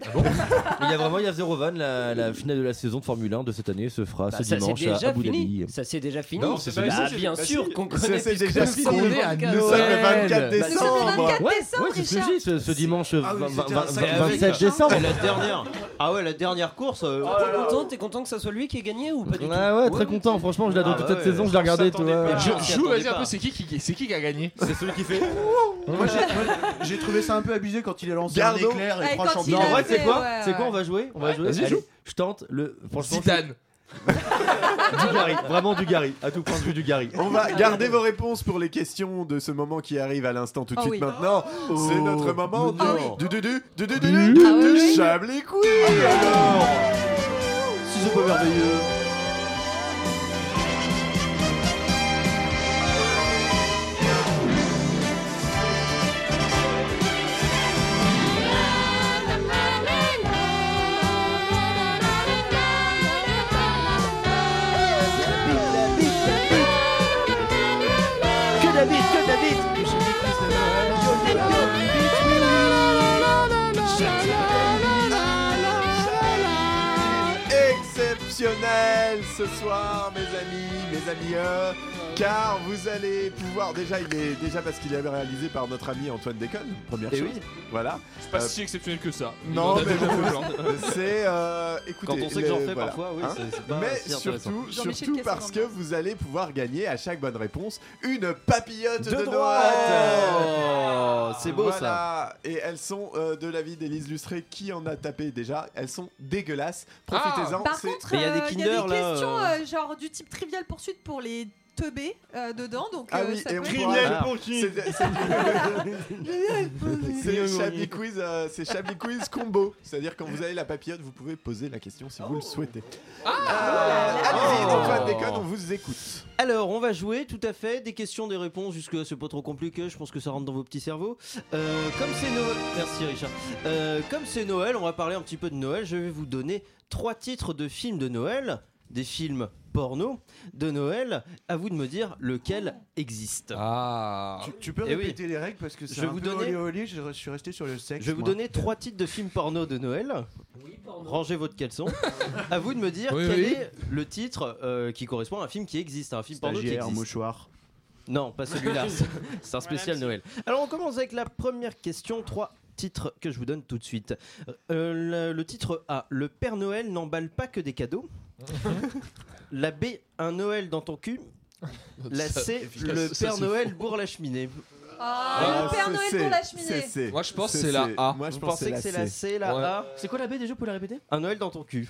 S20: Il y a vraiment, il y a zéro van. La, la finale de la saison de Formule 1 de cette année se fera
S7: Bah,
S20: ce
S7: ça c'est
S20: dimanche à
S7: déjà
S20: Abu
S7: fini.
S20: Dhabi.
S7: Ça c'est déjà fini.
S20: Non, c'est pas
S7: Bah,
S20: fini.
S7: bien
S20: Bah,
S7: sûr
S20: si.
S7: qu'on
S20: Ça,
S7: connaît.
S20: c'est
S7: puisque
S20: déjà
S7: nous
S20: fini.
S7: sommes
S20: Nous sommes
S7: Bah, le
S20: le
S7: 24 décembre.
S20: 24 décembre.
S7: Nous sommes le 24
S20: Ouais,
S7: décembre,
S20: ouais, c'est ce que je
S7: Richard.
S20: dis, ce, ce dimanche
S7: Ah oui,
S20: vingt-
S7: c'était
S20: vingt-
S7: un sacré
S20: vingt- 27
S7: week-end.
S20: décembre.
S15: Et la dernière. Ah ouais, la dernière course.
S1: Oh
S15: euh,
S7: T'es content, t'es content que ça soit lui qui ait gagné ou pas du tout
S20: Ouais, ouais, très content. Franchement, je l'adore
S7: Ah
S20: toute
S7: bah
S20: cette
S7: ouais.
S20: saison. Je l'ai regardé, tu vois.
S9: Je
S20: Je-
S9: joue, vas-y
S20: attendez
S9: un peu,
S20: pas.
S9: c'est qui qui c'est qui qui a gagné
S15: C'est celui qui fait.
S5: Moi, j'ai- moi, j'ai trouvé ça un peu abusé quand il a lancé
S20: Gardo.
S5: un éclair
S20: Ouais,
S5: et trois
S20: quand il
S5: champions.
S20: a Non, en vrai, fait, c'est quoi ouais, C'est quoi, ouais. on va jouer On va jouer
S5: Vas-y,
S20: Allez,
S5: joue.
S20: Je tente le. Franchement.
S9: Zidane.
S20: du Gary, vraiment du Gary, à tout point de vue du Gary.
S1: On
S10: Ah,
S1: va garder vos réponses pour les questions de ce moment qui arrive à l'instant tout de
S20: Ah
S1: suite
S20: oui.
S1: maintenant. C'est
S20: Oh.
S1: notre moment
S20: Ah
S1: du du du du
S10: Ah,
S1: du du du du du Chablis
S10: Oh,
S1: Quiz.
S25: Oh,
S1: Alors,
S5: Si c'est pas merveilleux.
S20: Que David, que
S1: exceptionnel ce soir, mes amis, mes amis, euh, car vous allez pouvoir déjà, il est déjà parce qu'il est réalisé par notre ami Antoine Déconne, première
S9: Eh
S1: chose.
S9: oui.
S1: Voilà.
S9: C'est pas
S1: Euh,
S9: si exceptionnel que ça. Il
S1: non,
S9: en a
S1: mais
S9: déjà fait plein.
S1: (laughs) c'est euh, écoutez,
S15: Quand on sait que
S1: le-
S15: j'en fais
S1: voilà.
S15: parfois, oui,
S1: Hein
S15: c'est- c'est pas
S1: Mais
S15: si intéressant.
S1: surtout,
S15: Jean-Michel
S1: surtout
S15: Cassandre.
S1: parce que vous allez pouvoir gagner à chaque bonne réponse une papillote de,
S15: De
S1: Noël.
S15: droite. Oh, c'est beau, ça.
S1: Voilà. Et elles sont euh, de l'avis d'Élise Lustré qui en a tapé déjà. Elles sont dégueulasses.
S15: Ah
S1: Profitez-en.
S10: Par
S1: c'est-
S10: contre, euh, il y a des, questions euh, genre du type trivial poursuite pour les teubés euh, dedans. Donc,
S1: Ah
S10: euh,
S1: oui,
S10: ça
S1: et
S10: peut
S1: on
S10: être-
S1: pourra- C'est-
S10: (laughs)
S1: (laughs) c'est- C'est
S10: Guillaume
S1: Chablis Quiz, euh, c'est Chablis Quiz combo. C'est-à-dire quand vous avez la papillote, vous pouvez poser la question si vous
S9: Oh.
S1: le souhaitez.
S9: Ah,
S1: Euh, Allez-y,
S15: Oh.
S1: Antoine Déconne, on vous écoute.
S15: Alors, on va jouer tout à fait. Des questions, des réponses. Jusque-là, c'est pas trop compliqué. Je pense que ça rentre dans vos petits cerveaux. Euh, comme c'est Noël. Merci, Richard. Euh, comme c'est Noël, on va parler un petit peu de Noël. Je vais vous donner trois titres de films de Noël. Des films porno de Noël. À vous de me dire lequel existe. Eh
S9: Ah.
S4: Tu, tu peux répéter les règles parce que c'est
S15: Je
S4: un
S15: vous
S4: peu olé
S15: donner-
S4: olé, je suis resté sur le sexe.
S15: Je vais vous
S4: moi.
S15: donner trois titres de films porno de Noël. Rangez votre caleçon.
S9: (laughs)
S15: à vous de me dire
S4: Oui,
S15: quel
S4: oui.
S15: est le titre euh, qui correspond à un film qui existe, à un film porno qui
S4: Stagiaire,
S15: existe.
S4: mouchoir.
S15: Non, pas
S9: (laughs)
S15: celui-là. C'est un spécial Noël. Alors on commence avec la première question. Trois titres que je vous donne tout de suite. Euh, le, le titre A Le Père Noël n'emballe pas que des
S9: (laughs)
S15: cadeaux. la B Un Noël dans ton cul. La
S9: Ça,
S15: C
S9: efficace.
S15: Le
S9: Ça,
S15: Père
S9: c'est
S15: Noël
S9: faux.
S15: bourre la cheminée.
S10: Ah, le Père Noël pour la cheminée.
S9: Moi je pense que c'est la A.
S1: Moi, je
S15: Vous
S1: pense
S15: pensez que c'est la C, la
S9: Ouais.
S15: A C'est quoi la B déjà Pour la répéter Un Noël dans ton cul.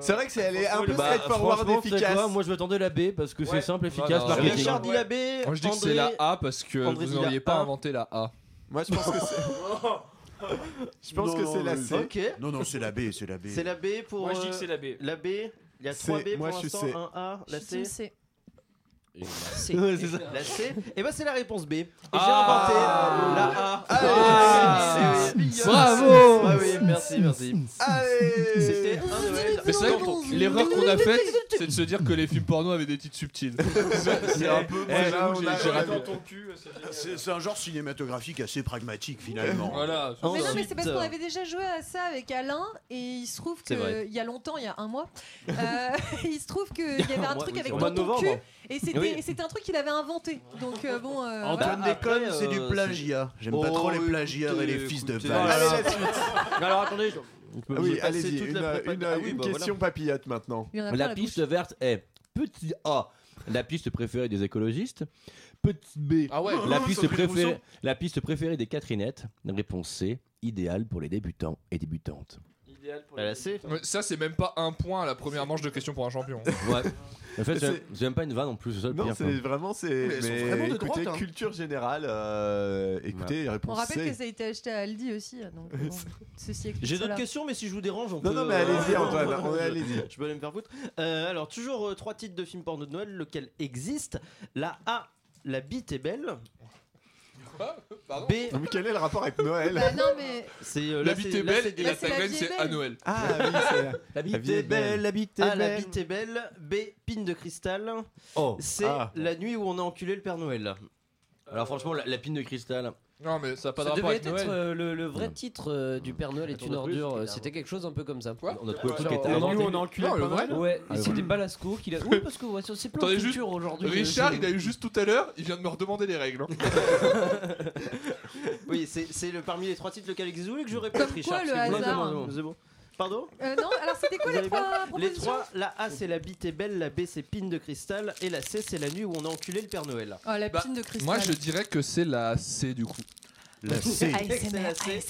S1: C'est vrai que c'est elle est un peu
S15: Bah,
S1: straightforward
S15: franchement, c'est
S1: efficace.
S15: quoi
S20: Moi je m'attendais la B parce que c'est simple, efficace,
S9: Voilà.
S20: marketing.
S15: Richard dit la B.
S9: Moi je dis que
S15: André-
S9: c'est la A parce que
S15: André
S9: vous
S15: dit la
S9: n'auriez pas
S15: A.
S9: inventé la A.
S1: Moi je pense que c'est. Je pense que c'est la C.
S15: Ok.
S5: Non, non, c'est la B, c'est la B.
S15: C'est la B pour.
S2: Moi, je dis
S15: euh,
S2: que c'est la B.
S15: La B. Il y a
S5: C'est-
S15: 3 B pour
S5: moi, je suis
S15: l'instant,
S5: C.
S15: 1 A, la
S10: Je suis
S15: C.
S10: team C.
S15: C. Ouais, c'est ça. La C. Et bah c'est la réponse B. Et j'ai
S17: Ah.
S15: inventé la A.
S17: Allez.
S15: Ah. Eh
S17: C'est-
S15: oui.
S17: c'est-
S9: Bravo.
S15: Ouais, ah oui, merci, merci. C'était un Noël.
S9: Mais c'est vrai que l'erreur qu'on a faite, c'est de se dire que les films porno avaient des
S15: (laughs)
S9: titres subtils. C'est c'est un peu. Moi,
S5: Eh, là,
S9: j'avoue que
S5: on a-
S9: j'ai- j'ai raté.
S5: C'est c'est un genre cinématographique assez pragmatique finalement.
S9: Voilà.
S10: Mais non, mais
S15: euh,
S10: c'est parce qu'on avait déjà joué à ça avec Alain et il se trouve
S5: C'est
S10: que
S5: vrai.
S10: il y a longtemps, il y a un mois, euh, (laughs) il se trouve qu'il y avait
S15: (laughs)
S10: un
S15: Moi,
S10: truc
S15: oui,
S10: avec
S15: au mois
S10: dans
S15: de
S10: ton cul
S15: novembre.
S10: et c'était
S15: Oui.
S10: et c'était un truc qu'il avait inventé. Donc euh, bon. euh,
S5: Antoine
S10: voilà.
S5: Déconne,
S15: Après,
S5: Bah, c'est du
S15: euh,
S5: plagiat. J'aime pas
S15: Oh,
S5: trop les
S15: écoutez,
S5: plagiaires et les fils de
S15: écoutez,
S5: vache.
S15: voilà.
S5: Allez, la suite.
S15: Alors attendez, je-
S1: Ah oui,
S15: j'ai passé
S1: allez-y,
S15: toute
S1: une,
S15: la prépa-
S1: une-
S15: Ah oui, bah
S1: une
S15: voilà.
S1: question papillote maintenant.
S10: Il y en a plein
S13: La
S10: la
S13: piste verte est petit A, la piste préférée des écologistes. Petit B,
S9: Ah ouais.
S13: la,
S9: Oh,
S13: piste
S9: Sandrine
S13: préférée,
S9: Rousseau.
S13: la piste préférée des Catherinettes. Réponse C, idéale pour les débutants et débutantes.
S15: Bah, la C.
S9: Mais Ça, c'est même pas un point à la première manche de question pour un champion.
S13: Ouais. (laughs) En fait,
S1: Mais
S13: j'aime-
S1: c'est-
S13: j'aime pas une vanne en plus. c'est ça le
S1: Non,
S13: pire,
S1: c'est
S13: quoi.
S1: vraiment c'est.
S13: Mais elles sont
S1: mais
S13: vraiment de
S1: écoutez,
S13: droite, hein.
S1: culture générale. euh, écoutez,
S10: On
S1: réponse
S10: rappelle que
S1: C.
S10: ça a été acheté à Aldi aussi. Donc,
S15: (laughs)
S10: bon, ceci explique
S15: J'ai d'autres
S10: cela.
S15: questions, mais si je vous dérange, on euh,
S1: Non, non, mais allez-y, Antoine,
S15: (laughs)
S1: on est- allez-y.
S15: Je peux aller me faire foutre. Euh, alors, toujours euh, trois titres de films porno de Noël, lequel existe La A, La bite est belle. B.
S1: Non, mais quel est le rapport avec Noël
S10: Bah non mais
S15: C'est euh,
S9: La
S15: là,
S9: bite
S15: c'est-
S9: est
S15: là,
S9: belle
S15: c'est
S9: et
S15: des-
S9: la
S15: là, c'est
S9: tagline
S15: vie
S9: c'est
S15: est
S9: à
S15: belle.
S9: Noël.
S1: Ah oui,
S15: (laughs)
S1: c'est la,
S13: la bite
S1: vie est belle.
S15: Ah, la bite est belle. B. Pine de cristal.
S13: Oh,
S15: C'est
S13: ah.
S15: la nuit où on a enculé
S9: (laughs)
S15: le Père Noël.
S13: Alors franchement, la, la pine de cristal.
S9: Non, mais ça a pas de
S7: Ça
S9: rapport
S7: devait
S9: avec
S7: être
S9: Noël.
S7: euh, le, le vrai titre euh, du Père Noël est une ordure. euh, C'était quelque chose un peu comme ça.
S13: On a trouvé un truc qui était
S7: a
S13: énorme.
S7: entendu-
S13: Nous, on a enculé
S7: Non,
S13: le
S7: le
S13: Père
S7: vrai.
S13: Noël
S7: Ouais,
S13: Ah,
S7: et
S13: ouais.
S7: c'était Balasco qui l'a. Oui, parce que ouais, c'est plein de
S9: Attendez, juste-
S7: culture aujourd'hui.
S9: Richard,
S7: euh,
S9: il a eu juste tout à l'heure, il vient de me redemander les règles. hein.
S15: (laughs) Oui, c'est c'est le parmi les trois titres lequel existe. Vous voulez que je répète, Richard
S10: le
S15: parce que vous-
S10: hasard
S15: C'est bon, c'est bon. Pardon
S10: Euh, non, alors c'était quoi
S15: Vous
S10: les
S15: avez bien
S10: trois
S15: Les
S10: propositions
S15: trois, la A c'est la bite est belle, la B c'est pine de cristal et la C c'est la nuit où on a enculé le Père Noël.
S10: Oh, la
S15: Bah,
S10: pine de cristal.
S9: Moi, je dirais que c'est la C du coup.
S5: La
S10: (laughs)
S5: C.
S15: C'est la C.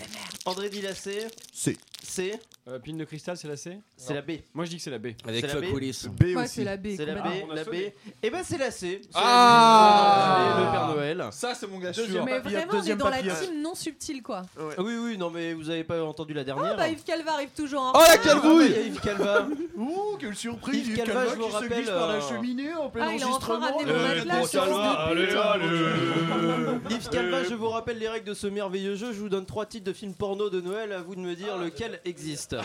S15: André dit la C.
S5: C.
S15: C.
S11: Euh, Pine de cristal, c'est la C
S15: C'est la B.
S11: Moi je dis que c'est la B.
S15: Avec C'est la Chuck B Willis.
S1: B
S15: Ouais,
S1: aussi.
S15: c'est la
S10: B,
S15: C'est la B,
S11: complètement.
S15: la B.
S11: Eh
S15: Et ben c'est la C. C'est
S9: Ah
S15: la nuit où on a enculé le Père Noël.
S9: Ça, c'est mon gars sûr.
S15: Deuxième
S10: Mais
S15: papillote,
S10: vraiment, on est
S15: deuxième
S10: dans la
S15: papillote.
S10: team non subtile quoi.
S15: Ah Oui, oui, non, mais vous avez pas entendu la
S10: Ah
S15: dernière.
S10: bah Yves Calva arrive toujours en
S15: Oh, la
S10: retard.
S15: calvouille Ah, Yves Calva.
S5: Oh, quelle surprise
S15: Yves
S5: Yves
S15: Calva,
S5: Calva,
S15: je vous
S5: qui se
S15: rappelle,
S5: glisse par la
S15: euh,
S5: cheminée en plein
S10: Ah, il a enfin
S5: enregistrement.
S10: ramené mon
S5: Euh,
S10: matelas,
S5: bon,
S10: sur
S5: ça va,
S10: ce début,
S5: allez, Euh,
S10: toi.
S15: Yves Calva, je vous rappelle les règles de ce merveilleux jeu. Je vous donne trois titres de films porno de Noël. À vous de me dire
S10: Ah,
S15: lequel
S10: (laughs)
S15: existe.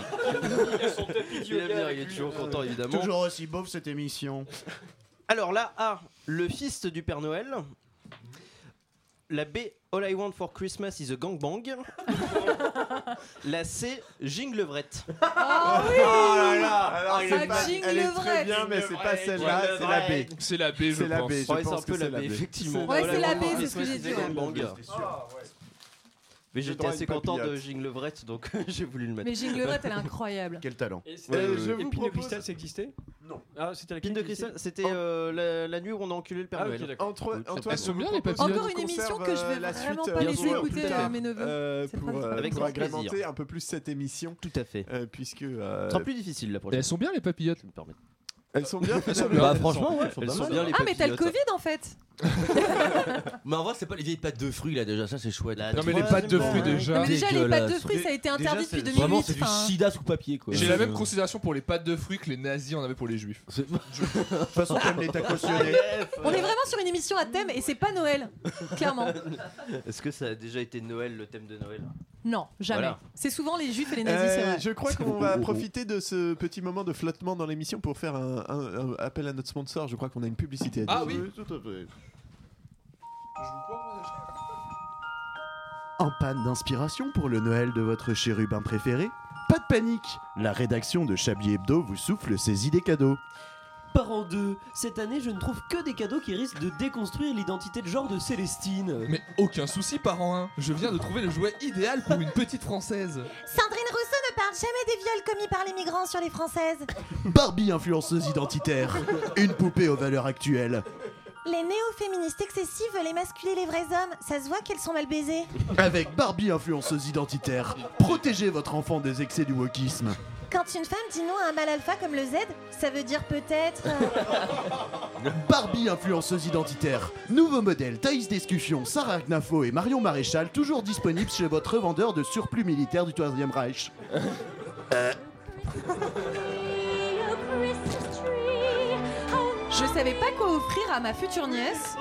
S15: Il va venir, il est toujours content,
S10: Euh,
S15: évidemment.
S5: Toujours aussi beauf cette émission.
S15: Alors la A, le fils du Père Noël. La B, All I Want for Christmas is a
S10: (laughs)
S15: gangbang. la C, Jinglevrette.
S10: Ah oui
S15: Oh là là
S1: Alors,
S15: Ah,
S1: elle est,
S15: ça
S1: pas-
S15: jingle
S1: elle est
S10: vrai.
S1: très bien, mais c'est pas celle-là,
S15: jingle
S1: c'est la
S15: vrai.
S1: B.
S9: C'est la B, je
S1: C'est la
S9: pense.
S1: B, je
S15: Ouais, c'est
S1: pense
S15: un
S1: que
S15: peu la
S1: c'est
S15: B, effectivement.
S10: Ouais,
S15: All
S10: c'est
S15: I
S10: la
S15: Want
S10: B,
S15: for
S10: c'est ce que
S11: Ah,
S15: Christmas
S10: j'ai
S15: is
S10: dit,
S15: a
S10: ouais.
S15: gangbang. Mais
S13: J'ai
S15: j'étais
S13: droit à
S15: assez
S13: une
S15: content de
S13: papillote.
S15: Jingle Levrette, donc (laughs) j'ai voulu le mettre.
S10: Mais Jingle Levrette, elle est incroyable.
S15: Quel talent.
S13: Et c'était- je vous Épine de propose- cristal, ça existait Non. Ah, c'était la
S15: Pine de
S13: cristal
S15: cristal, c'était euh, la, la nuit où on a enculé le Père
S13: Ah, ok,
S15: Noël.
S13: d'accord. Antoine-
S15: Donc, ça
S13: Antoine,
S15: passe.
S13: Elles sont bien, les papillotes.
S10: Encore une émission que je vais
S1: la suite,
S10: vraiment
S1: euh,
S10: pas
S1: bien
S10: laisser
S1: sûr,
S10: écouter
S1: plus tard.
S10: euh, mes neveux.
S1: Euh,
S10: C'est
S1: pour,
S10: pas-
S1: euh,
S15: Avec
S1: pour
S15: grand
S1: agrémenter
S15: plaisir.
S1: un peu plus cette émission.
S15: Tout à fait.
S1: puisque. euh,
S15: Ce sera plus difficile la prochaine.
S9: Elles sont bien les papillotes.
S1: Elles sont bien.
S15: Elles sont
S1: finalement.
S15: bien. Bah, franchement, ouais, elles sont
S1: Elles
S15: pas
S1: sont
S15: mal.
S1: bien, les
S10: Ah, mais t'as le
S1: papillotes.
S10: Covid
S15: (laughs)
S10: en fait
S11: Mais en vrai, c'est pas les vieilles pâtes de fruits là déjà, ça c'est chouette.
S9: Non, mais les pâtes de fruits, déjà.
S10: Non, mais déjà, les pâtes de fruits,
S9: Déjà,
S10: ça a été interdit depuis 2008.
S11: Vraiment, c'est du
S10: enfin.
S11: sida sous papier quoi.
S9: J'ai la même
S11: Euh,
S9: considération pour les pâtes de fruits que les nazis en avaient pour les juifs.
S11: De toute
S9: façon,
S11: t'aimes les
S9: tacos
S26: Ah,
S10: On est vraiment sur une émission à thème et c'est pas Noël, clairement.
S15: (laughs) Est-ce que ça a déjà été Noël, le thème de Noël
S10: Non, jamais.
S15: Voilà.
S10: C'est souvent les juifs et les nazis,
S1: Euh,
S10: c'est vrai.
S1: Je crois qu'on
S15: (laughs)
S1: va profiter de ce petit moment de flottement dans l'émission pour faire un, un- un appel à notre sponsor. Je crois qu'on a une publicité à dire.
S9: Ah oui.
S25: tout à fait.
S5: En panne d'inspiration pour le Noël de votre chérubin préféré Pas de panique La rédaction de Chablis Hebdo vous souffle ses idées cadeaux.
S7: Par en deux, cette année je ne trouve que des cadeaux qui risquent de déconstruire l'identité de genre de Célestine.
S9: Mais aucun souci, parent 1. Je viens de trouver le jouet idéal pour une petite française.
S26: Euh. Sandrine Rousseau ne parle jamais des viols commis par les migrants sur les Françaises.
S5: Barbie influenceuse identitaire Une poupée aux valeurs actuelles
S26: Les néo-féministes excessives veulent émasculer les vrais hommes. Ça se voit qu'elles sont mal baisées.
S5: Avec Barbie influenceuse identitaire, protégez votre enfant des excès du wokisme
S26: Quand une femme dit non à un mâle alpha comme le Z, ça veut dire peut-être. euh,
S5: Barbie influenceuse identitaire. Nouveau modèle Thaïs Descuffion, Sarah Agnafo et Marion Maréchal, toujours disponibles chez votre revendeur de surplus militaire du Troisième Reich. Euh,
S10: Je savais pas quoi offrir à ma future nièce.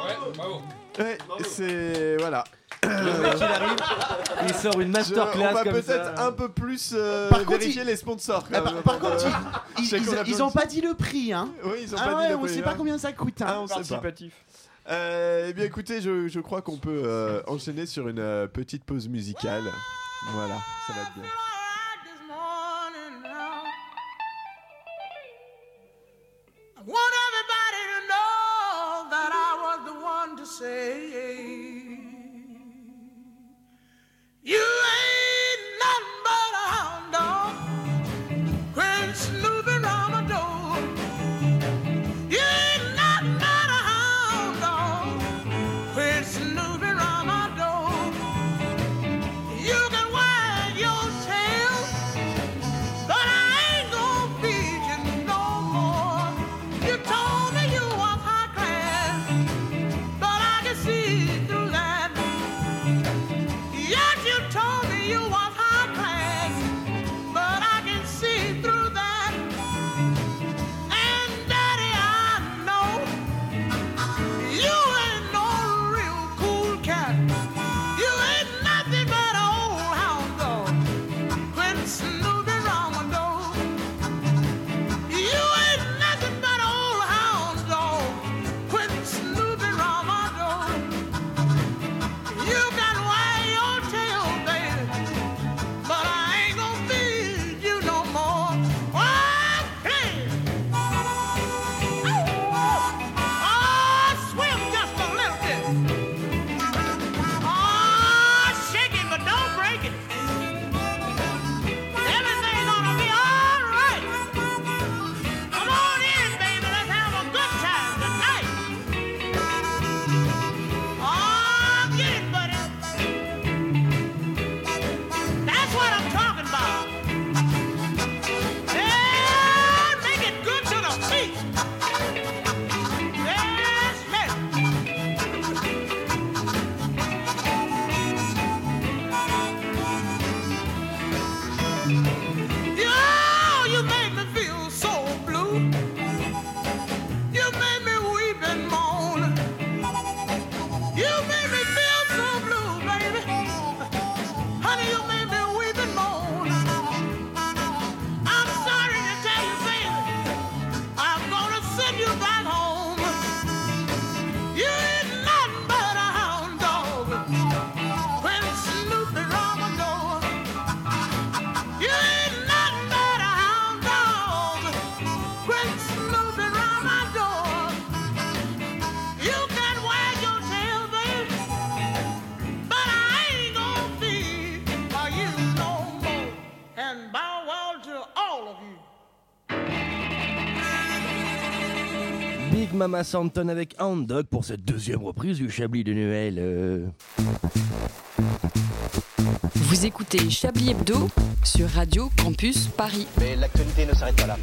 S1: Ouais, c'est. Voilà.
S15: Il sort une
S1: Je- on va peut-être un peu plus euh,
S5: Par contre,
S1: vérifier
S5: il-
S1: les sponsors. quand
S5: Ah, par-
S1: même.
S5: par contre,
S1: Euh, (laughs)
S5: ils,
S1: je sais
S5: ils-
S1: qu'on a
S5: ils
S1: plein
S5: ont
S1: de-
S5: pas dit le prix, hein
S1: Oui, ils ont
S5: ah
S1: pas
S5: ouais,
S1: dit le
S5: on
S1: prix,
S5: sait
S1: hein.
S5: pas combien ça coûte. hein.
S1: Ah, on sait pas. Euh, eh bien, écoutez, je, je crois qu'on peut euh, enchaîner sur une euh, petite pause musicale. Voilà, ça va être bien.
S16: I want everybody to know that I was the one to say, You ain't nothing but a hound dog, quit snooping round my door. You ain't nothing but a hound dog, quit snooping round my door. You can wear your tail. Oh, Oh, Oh,
S13: Big Mama Santon avec Hound Dog pour cette deuxième reprise du Chablis de Noël. euh.
S10: Vous écoutez Chablis Hebdo sur Radio Campus Paris. Mais l'actualité ne s'arrête pas là.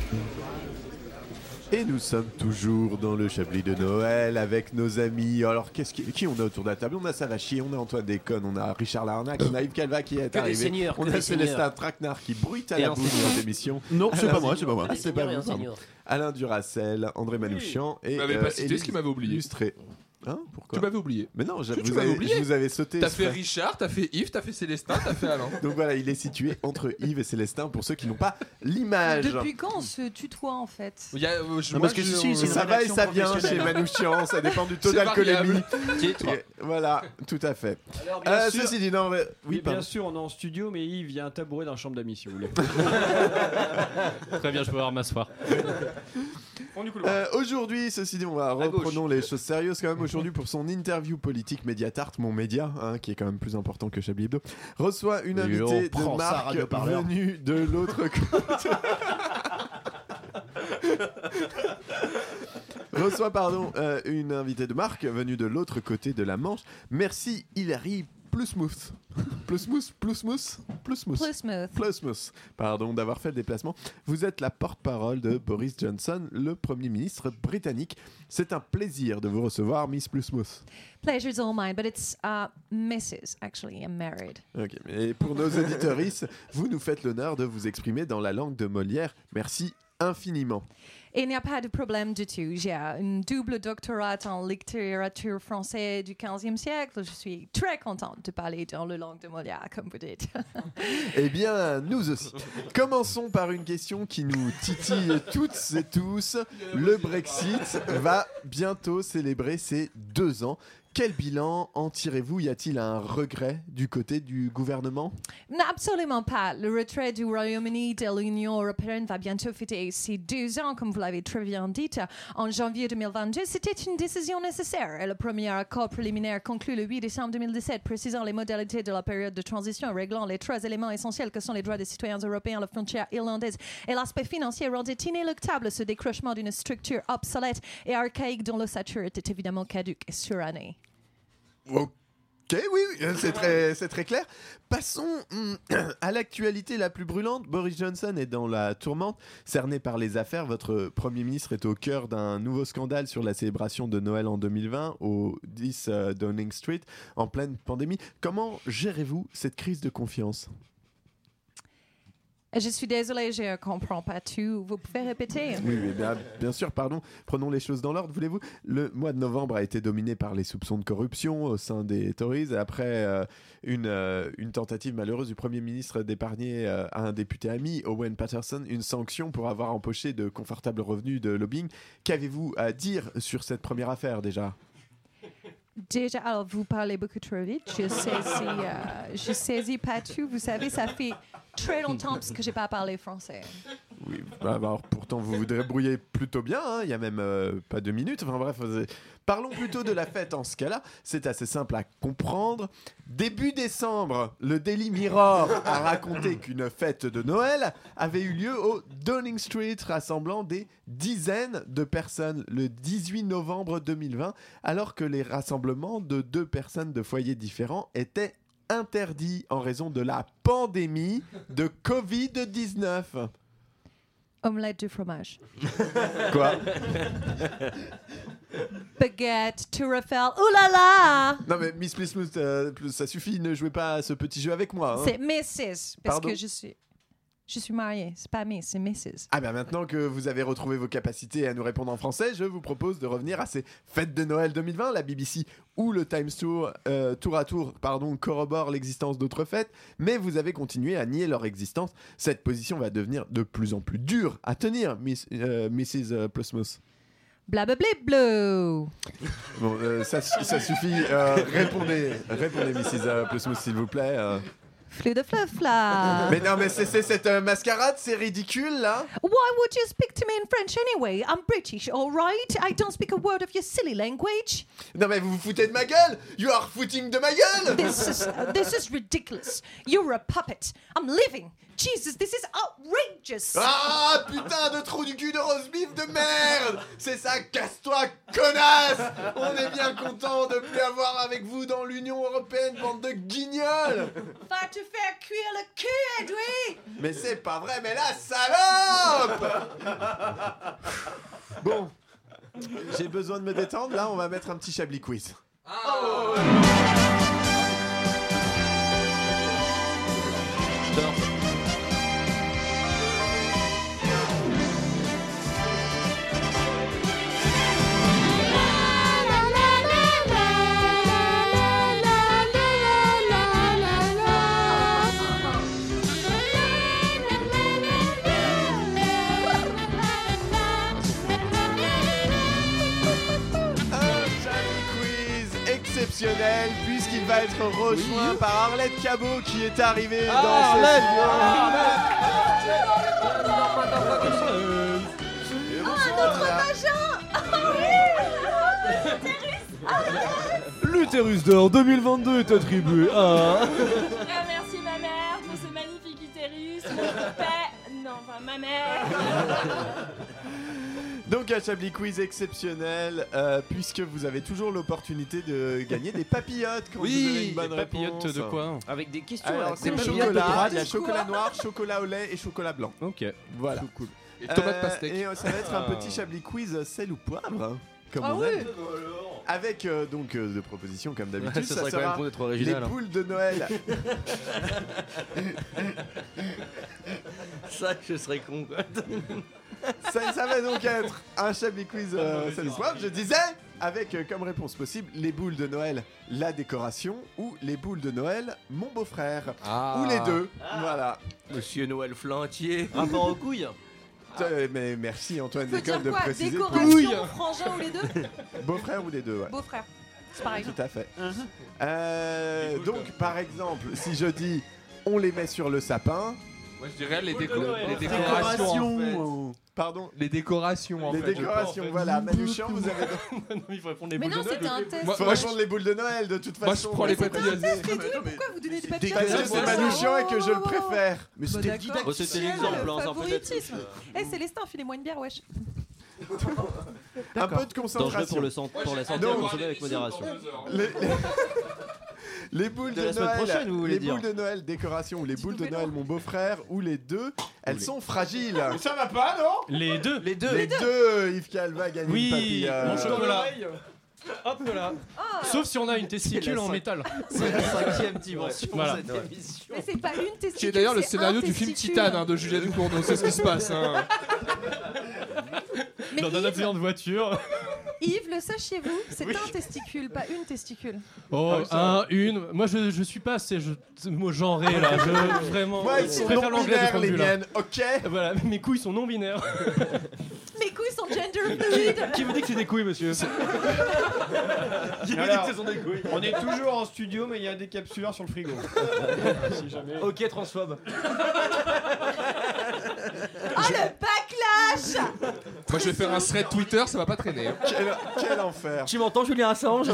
S1: Et nous sommes toujours dans le Chablis de Noël avec nos amis. Alors, qu'est-ce qui, qui on a autour de la table On a Savachi, on a Antoine Déconne, on a Richard Larnac, on a Yves Calva qui
S11: Que
S1: est
S11: des
S1: arrivé.
S11: seigneurs, que
S1: on a
S11: des
S1: Célestin
S11: seigneurs.
S1: Traquenard qui bruite à
S11: Et
S1: la
S11: un
S1: bouche
S11: seigneur.
S1: dans cette émission.
S11: Non, c'est
S1: Alain
S11: pas moi,
S1: Zimmer.
S11: c'est pas moi.
S1: Ah, c'est
S11: Des
S1: pas
S11: seigneurs et
S1: vous,
S11: un
S1: pardon.
S11: seigneur.
S1: Alain Duracel, André Manouchian et.
S9: Vous m'avez pas cité ce
S1: Élise
S9: qui m'avait oublié.
S1: Lustré. Hein Pourquoi
S9: Tu m'avais oublié.
S1: Mais non, j'a-
S9: Tu- tu
S1: vous
S9: m'avais
S1: avez-
S9: oublié.
S1: je vous avais sauté.
S9: T'as
S1: ce
S9: fait
S1: frère.
S9: Richard, t'as fait Yves, t'as fait Célestin, t'as
S1: (laughs)
S9: fait Alain.
S1: Donc voilà, il est situé entre Yves et Célestin pour ceux qui n'ont pas l'image.
S27: Depuis quand on se tutoie en fait
S9: Il y a, euh, je-
S1: Non,
S9: moi,
S1: parce que
S9: je-
S1: si, si,
S9: on-
S1: ça va et ça vient chez
S9: professionnelle.
S1: Manouchian, ça dépend du taux
S9: C'est
S1: d'alcoolémie.
S9: variable.
S1: Et Voilà, tout à fait.
S16: Alors, bien
S1: Euh,
S16: sûr-
S1: ceci dit, non, mais- oui,
S16: Et
S1: pardon.
S16: bien sûr, on est en studio, mais Yves, il y a un tabouret dans la chambre d'amis, si vous voulez.
S28: (laughs) Très bien, je peux avoir m'asseoir.
S1: Euh, aujourd'hui, ceci dit, on va reprenons les choses sérieuses quand même. Aujourd'hui, pour son interview politique, Mediatart, mon média, hein, qui est quand même plus important que Chablis Hebdo, reçoit une
S5: Et on
S1: invitée
S5: prend
S1: de
S5: ça,
S1: marque
S5: radioparleur.
S1: venue de l'autre côté. reçoit, pardon, euh, une invitée de marque venue de l'autre côté de la Manche. Merci Hilary Plusmouth. Plusmouth, Plusmouth, Plusmouth.
S27: Plusmouth.
S1: Plusmouth, pardon d'avoir fait le déplacement. Vous êtes la porte-parole de Boris Johnson, le Premier ministre britannique. C'est un plaisir de vous recevoir, Miss Plusmouth.
S27: Pleasure's all mine, but it's uh, Mrs. Actually, I'm married.
S1: Ok, Et pour nos auditoristes, vous nous faites l'honneur de vous exprimer dans la langue de Molière. Merci infiniment.
S27: Il n'y a pas de problème du tout. J'ai une double doctorat en littérature française du 15e siècle. Je suis très contente de parler dans le langue de Molière, comme vous dites.
S1: Eh bien, nous aussi. Commençons par une question qui nous titille toutes et tous. Le Brexit va bientôt célébrer ses deux ans. Quel bilan en tirez-vous Y a-t-il un regret du côté du gouvernement
S27: Non, Absolument pas. Le retrait du Royaume-Uni de l'Union européenne va bientôt fêter ses deux ans, comme vous l'avez très bien dit. euh, En janvier 2022, c'était une décision nécessaire. Et le premier accord préliminaire conclu le 8 décembre 2017, précisant les modalités de la période de transition et réglant les trois éléments essentiels que sont les droits des citoyens européens, la frontière irlandaise et l'aspect financier rendait inéluctable ce décrochement d'une structure obsolète et archaïque dont l'ossature était évidemment caduque et surannée.
S1: Ok, oui, oui, euh, c'est très, c'est très clair. Passons hum, (clears throat) à l'actualité la plus brûlante. Boris Johnson est dans la tourmente, cerné par les affaires. Votre Premier ministre est au cœur d'un nouveau scandale sur la célébration de Noël en 2020 au 10 euh, Downing Street, en pleine pandémie. Comment gérez-vous cette crise de confiance
S27: Je suis désolée, je ne comprends pas tout. Vous pouvez répéter
S1: Oui, mais bien, bien sûr, pardon. Prenons les choses dans l'ordre, voulez-vous Le mois de novembre a été dominé par les soupçons de corruption au sein des Tories. Après euh, une, euh, une tentative malheureuse du Premier ministre d'épargner euh, à un député ami, Owen Patterson, une sanction pour avoir empoché de confortables revenus de lobbying. Qu'avez-vous à dire sur cette première affaire déjà
S27: Déjà, alors vous parlez beaucoup trop vite. Je saisis, euh, je saisis pas tout. Vous savez, ça fait très longtemps parce que j'ai pas parlé français.
S1: Oui, bah, bah, alors, pourtant vous vous débrouillez plutôt bien, hein, il y a même euh, pas deux minutes. Enfin bref, vous- parlons plutôt de la fête en ce cas-là. C'est assez simple à comprendre. Début décembre, le Daily Mirror a raconté qu'une fête de Noël avait eu lieu au Downing Street, rassemblant des dizaines de personnes le 18 novembre 2020, alors que les rassemblements de deux personnes de foyers différents étaient interdits en raison de la pandémie de Covid-19.
S27: Omelette du fromage.
S1: Quoi
S27: Baguette, Tourefel. Ouh là là
S1: (laughs) Non mais Miss Plismouth, euh, plus- ça suffit, ne jouez pas à ce petit jeu avec moi. hein.
S27: C'est Mrs. Parce
S1: Pardon
S27: que je suis, je suis mariée. C'est pas Miss, c'est Mrs.
S1: Ah bien maintenant que vous avez retrouvé vos capacités à nous répondre en français, je vous propose de revenir à ces fêtes de Noël 2020. La BBC ou le Times Tour, euh, tour à tour, pardon, corroborent l'existence d'autres fêtes, mais vous avez continué à nier leur existence. Cette position va devenir de plus en plus dure à tenir, Miss, euh, Mrs. euh, Plismouth.
S27: Blablabla bleu.
S1: Bon, euh, ça, ça suffit. euh, répondez, répondez, Mrs. euh, Plismouth, s'il vous plaît. euh.
S27: Flew the fluff là.
S1: Mais non, mais c'est c'est cette euh, mascarade, c'est ridicule là.
S27: Why would you speak to me in French anyway? I'm British, all right? I don't speak a word of your silly language.
S1: Non mais vous vous foutez de ma gueule. You are footing de ma gueule.
S27: This is uh, this is ridiculous. You're a puppet. I'm leaving. Jesus, this is outrageous.
S1: Ah putain de trou du cul de rose beef de merde C'est ça, casse-toi, connasse On est bien content de plus avoir avec vous dans l'Union Européenne, bande de guignols
S27: Va te faire cuire le cul, Edoui.
S1: Mais c'est pas vrai, mais la salope Bon, j'ai besoin de me détendre, là on va mettre un petit Chablis quiz. Chablis quiz exceptionnel puisqu'il va être rejoint par Arlette Cabot qui est arrivée dans ce
S17: Arlette
S1: studio. Ah, Euh,
S29: Oh,
S19: L'utérus d'or 2022 est attribué à.
S29: Ah, merci ma mère pour ce magnifique
S10: (laughs)
S29: utérus, mon père, non, enfin ma mère.
S1: Donc un Chablis Quiz exceptionnel euh, puisque vous avez toujours l'opportunité de (laughs) gagner des papillotes quand
S6: Oui,
S1: vous avez une bonne
S6: des papillotes
S1: réponse.
S6: de quoi
S1: Avec des
S6: questions à la
S1: Alors,
S6: con.
S1: c'est
S6: Des papillotes de
S1: chocolat,
S6: droite, de
S1: chocolat
S6: quoi
S1: noir, chocolat au lait et chocolat blanc.
S6: Ok.
S1: Voilà.
S6: Cool.
S1: Et
S6: tomate pastèque.
S1: Et euh, ça va être un
S6: Ah.
S1: petit Chablis Quiz euh, sel ou poivre. hein, Comme
S6: Ah
S1: on
S6: oui.
S1: aime. Avec euh, donc euh, de propositions comme d'habitude.
S13: Ça serait quand
S1: sera
S13: même con d'être original,
S1: Les
S13: hein.
S1: poules de
S6: (laughs)
S1: Noël.
S15: (laughs) Ça, je serais con. quoi.
S1: ça, ça va donc être un Chablis Quiz
S15: Ah,
S1: euh,
S15: mais
S1: ça
S15: c'est
S1: nous soigne. je disais, avec euh, comme réponse possible les boules de Noël, la décoration, ou les boules de Noël, mon beau-frère,
S15: Ah.
S1: ou les deux. Voilà.
S15: Monsieur Noël Flantier.
S1: Ah, bah,
S15: Rapport aux (laughs) couilles.
S1: Euh, Mais merci Antoine
S10: Faut
S1: Décolle
S10: dire
S1: de
S10: quoi
S1: préciser.
S10: Décoration, frangin ou les deux
S1: Beau-frère ou les deux, ouais.
S10: Beau-frère. C'est pareil. Uh-huh.
S1: Tout à fait. Euh, donc, par exemple, si je dis on les met sur le sapin,
S9: Moi je dirais les,
S1: Boule de
S9: déco-
S1: Noël.
S9: les
S1: Décorations,
S9: décorations.
S1: ou- Pardon
S9: Les décorations en
S1: les
S9: fait. je
S1: décorations,
S9: pense.
S1: voilà. Manuchan, vous avez.
S6: non, il faut répondre les
S10: Mais non, c'était un test.
S1: Faut répondre les boules de Noël de toute façon.
S9: Moi, je prends les
S10: C'est un
S9: papillotes.
S10: test, Edoui, pourquoi vous donnez des papillotes
S1: Parce que c'est Manouchian et que je
S10: Oh.
S1: le préfère.
S10: Mais Bah, c'était
S1: didacticiel,
S10: didacticiel,
S1: C'était l'exemple, hein,
S10: le
S1: ça, peut-être.
S10: favoritisme. Eh, Célestin, filez-moi une bière, wesh.
S1: Un peu de concentration.
S15: Dangereux pour le sang- pour la santé, à
S1: Donc,
S15: consommer avec modération.
S1: Les, les boules
S15: De
S1: de,
S15: la semaine
S1: Noël,
S15: prochaine, vous voulez
S1: les
S15: dire.
S1: boules de Noël décoration ou les boules de Noël mon beau-frère ou les deux, elles sont fragiles.
S5: Mais ça va pas, non
S6: Les deux.
S15: Les
S1: Les deux, Yves Calva gagne
S6: Oui,
S15: euh,
S1: une papillote.
S6: mon chocolat.
S15: Hop là.
S6: Sauf si on a une testicule en métal.
S15: C'est la cinquième
S6: (laughs)
S15: dimension
S6: Voilà.
S15: de cette
S6: Ouais.
S15: émission.
S10: Mais c'est pas une testicule.
S9: Qui est d'ailleurs le
S10: c'est
S9: scénario
S10: un
S9: du film
S10: testicule.
S9: Titane hein, de Julia Ducournau, on sait ce qui se passe.
S6: (laughs)
S9: hein.
S6: Dans un accident de voiture.
S10: Yves, le sachiez-vous, c'est un testicule, pas une testicule.
S6: Oh,
S10: Ah oui, ça
S6: un, une. Moi, je, je suis pas assez je, mot genré (laughs) là. Je, vraiment.
S1: Moi, elles
S6: je
S1: sont
S6: préfère l'anglais de ce
S1: non-binaires,
S6: point de
S1: les
S6: vue-là.
S1: miennes, ok
S6: Voilà, (laughs) mes couilles sont non-binaires.
S10: Mes couilles sont
S11: (laughs)
S10: gender fluid.
S6: Qui vous dit que c'est des couilles, monsieur
S15: (laughs)
S11: Alors, On
S2: On
S11: est toujours en studio, mais il y a des capsuleurs sur le
S6: (laughs)
S11: frigo. si jamais.
S15: Ok, transphobe.
S10: Oh le backlash
S9: Moi je vais faire un thread Twitter, ça va pas traîner. hein.
S1: Quel, quel enfer
S15: Tu m'entends, Julien Assange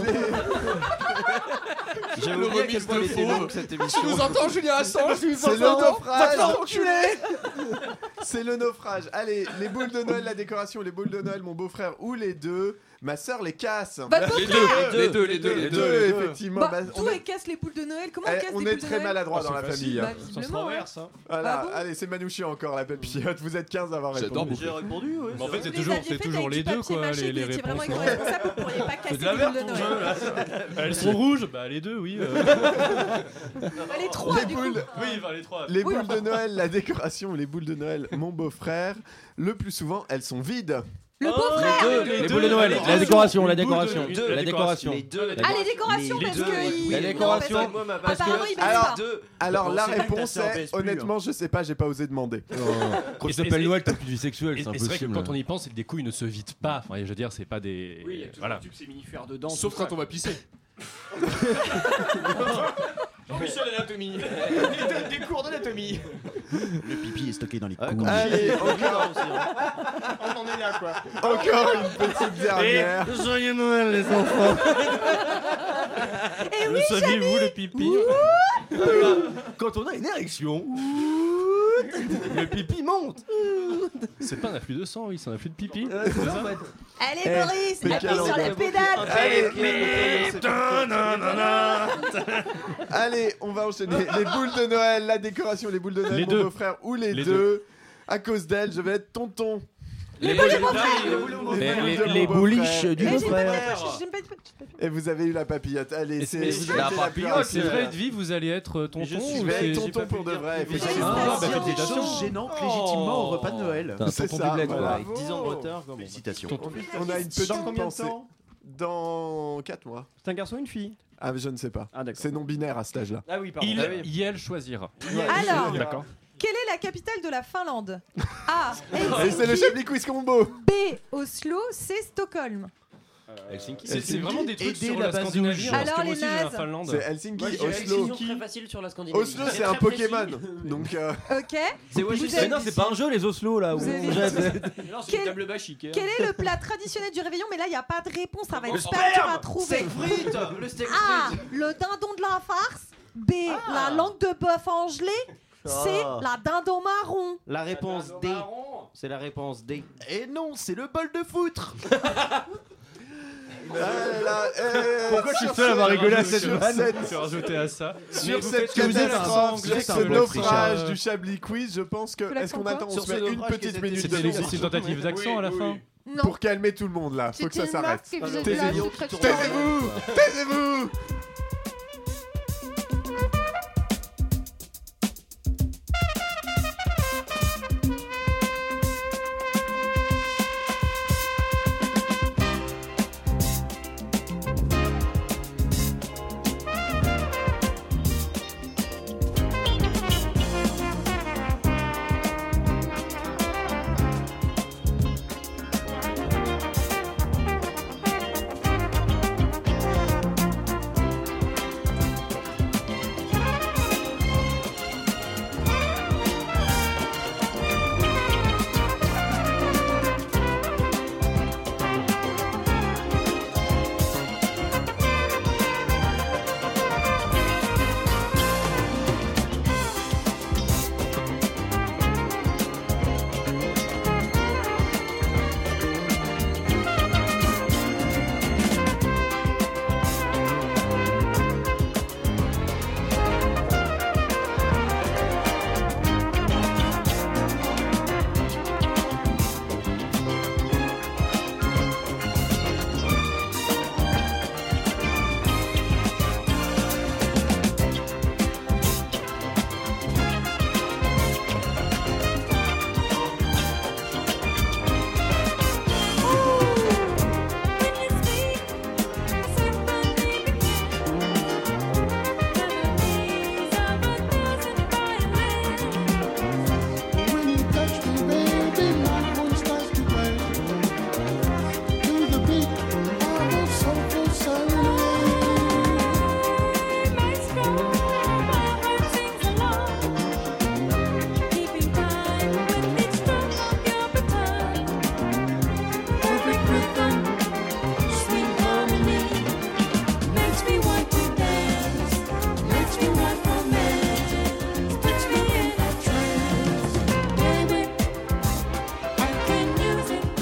S15: J'ai
S9: Le
S15: oublié à quel
S9: remix
S15: point
S9: de
S15: il était
S9: fauve.
S15: longue, cette
S9: Tu
S15: émission.
S9: nous entends, Julien Assange Tu nous
S1: C'est
S9: entends
S1: le naufrage.
S9: Va te faire enculer.
S1: (laughs) C'est le naufrage. Allez, les boules de Noël, la décoration, les boules de Noël, mon beau-frère ou les deux. Ma sœur les casse.
S10: Votre Les Bah, beau-frère. deux, les deux, les deux, les deux, les deux.
S1: effectivement.
S10: Bah,
S1: Bah,
S10: tout est casse les poules de Noël. Comment on
S1: Eh,
S10: casse
S1: on
S10: des
S1: est
S10: poules de
S1: très
S10: Noël
S1: maladroit dans la famille, hein.
S10: Bah, visiblement, ouais.
S1: Voilà,
S10: Bah bon.
S1: allez, c'est Manouchi encore la papillote. Vous êtes 15 à avoir répondu.
S9: J'adore beaucoup. J'ai
S15: répondu,
S9: Mais en fait, c'est
S10: Vous
S9: toujours-
S10: aviez
S9: c'est
S10: fait
S9: toujours
S10: avec
S9: les
S10: du
S9: deux,
S10: papier
S9: quoi,
S10: mâché,
S9: les-
S10: vous
S9: les
S10: étiez vraiment
S9: réponses, non.
S10: irresponsable, vous pourriez pas casser
S6: C'est de la
S10: les boules de
S6: merde, ton
S10: Noël.
S6: (laughs) Elles sont rouges Bah, les deux, oui. euh.
S1: (laughs)
S10: Bah, les trois,
S1: Les
S10: du
S1: boules.
S10: coup.
S6: Oui, bah, les trois.
S1: Les boules de
S13: (laughs)
S1: Noël, la décoration, les boules de Noël, mon beau-frère, le plus souvent, elles sont vides.
S10: Le
S13: deux,
S10: beau-frère
S13: Oh, les boules de Noël, la décoration, la décoration, la décoration.
S10: Ah, les décorations, parce que.
S13: La décoration.
S10: parce que- apparemment, il baisse
S1: alors,
S10: pas.
S1: alors
S13: Je
S1: la
S13: pensais pas que ta
S1: réponse
S13: sœur
S1: est,
S13: baisse plus,
S1: honnêtement, je sais pas, j'ai pas osé demander.
S13: Quand
S6: Et
S13: tu
S6: c'est-
S13: t'appelles
S6: et-
S13: Oh. Noël, t'as plus de vie sexuelle,
S6: Et,
S13: c'est
S6: et c'est vrai que
S13: impossible.
S6: quand on y pense, les couilles ne se vident pas. Enfin, je veux dire, c'est pas des.
S2: Oui, il y a toujours
S6: voilà.
S2: du séminifère dedans.
S9: Sauf
S2: tout ça.
S9: quand on va pisser.
S2: (laughs) Jean-Michel
S6: (laughs)
S2: Anatomie. Il donne des cours d'anatomie.
S3: Le pipi est stocké dans les
S5: Ah,
S3: couilles.
S2: Allez, encore. On en est là, quoi.
S1: Encore une petite dernière.
S2: Et
S1: joyeux Noël, les enfants.
S13: Eh
S2: Le saviez-vous, le pipi
S15: Quand on a une érection, le pipi monte.
S6: C'est pas un afflux de sang, oui, c'est un afflux de pipi.
S15: c'est ça,
S30: Allez,
S6: Eh,
S30: Boris,
S6: mais
S30: appuie
S6: quel
S30: sur la
S6: endroit.
S30: pédale.
S1: Allez, Allez, on va enchaîner. Les boules de Noël, la décoration, les boules de Noël,
S6: Les
S1: mon
S6: deux.
S1: beau-frère ou les,
S6: Les
S1: deux.
S6: deux.
S1: À cause d'elle, je vais être tonton.
S6: Les Les boules boules de de Noël, Noël, les boules de mon frère. Les-
S1: de mon
S6: les
S1: beau-frère.
S6: bouliches du beau-frère.
S1: Et vous avez eu la papillote. Allez, c'est vous avez été plus
S6: papillote, c'est
S1: rapide.
S6: vrai, vie, vous allez être euh, tonton
S1: Je
S6: ou
S1: vais
S6: c'est-
S1: être tonton pour de vrai.
S6: Vous
S1: effectivement. Oh.
S6: allez- Ah, bah,
S31: faire des
S6: félicitations.
S31: choses gênantes légitimement au repas de Noël.
S1: T'as un tonton doublette, quoi, avec
S15: 10 ans de retard.
S1: Félicitations.
S15: Tonton.
S1: On a une petite
S11: Dans combien de
S1: pensée.
S11: temps
S1: Dans 4 mois.
S11: C'est un garçon ou une fille
S1: Ah, mais je ne sais pas. c'est non binaire à cet âge-là.
S11: Ah oui, pardon. Il- Ah oui.
S1: Yel choisira.
S6: (laughs)
S10: Alors.
S1: D'accord.
S10: Bah, Quelle est la capitale de la Finlande A.
S1: Et c'est le
S10: Helsinki,
S1: Chablis Quiz Combo.
S10: B. Oslo. C. Stockholm.
S6: C'est- c'est vraiment des trucs sur la Scandinavie, hein,
S10: Alors,
S6: parce que moi
S10: les
S6: aussi j'ai la
S10: nazes.
S6: Finlande.
S1: C'est Helsinki,
S7: Moi, j'ai une
S1: Oslo.
S7: décision très facile sur la Scandinavie.
S1: Oslo,
S7: Très,
S1: c'est un
S7: très précis.
S1: Pokémon. Donc. euh,
S10: Ok.
S15: C'est
S10: Vous
S15: Washington.
S10: avez-
S15: Mais non, c'est pas un jeu, les Oslo là.
S10: Vous
S15: où-
S10: avez-
S2: Non,
S10: c'est une Quel-
S2: table hein. bachique. (laughs)
S10: Quel est le plat traditionnel du réveillon Mais là, il n'y a pas de réponse, ça va
S2: Oh,
S10: être super dur à
S2: merde
S10: trouver.
S2: Steak frites
S6: (laughs)
S2: Le steak
S10: A.
S2: frites.
S10: Le dindon de la farce. B. La langue de bœuf en gelée. C.
S15: Ah.
S10: La dindon marron.
S15: La réponse D. C'est la réponse D.
S31: Et non, c'est le bol de
S15: (laughs)
S31: foutre.
S15: Ah,
S6: Pourquoi je suis seul à avoir rigolé à cette vanne Je vais rajouter à ça. Mais
S1: Sur
S6: vous
S1: cette
S6: faites comme ça,
S1: catastrophe,
S6: c'est un
S1: sur ce
S6: angle,
S1: naufrage
S6: Richard.
S1: du Chablis Quiz, je pense que. Est-ce qu'on attend On se met une petite minute
S6: C'était
S1: de
S6: l'exercice tentative d'accent à la fin.
S1: Non. Pour calmer tout le monde là, faut
S6: C'était
S1: que ça
S6: une
S1: s'arrête.
S6: marque que vous êtes là,
S1: Taisez-vous,
S6: c'est très
S1: taisez-vous, taisez-vous.
S10: (laughs)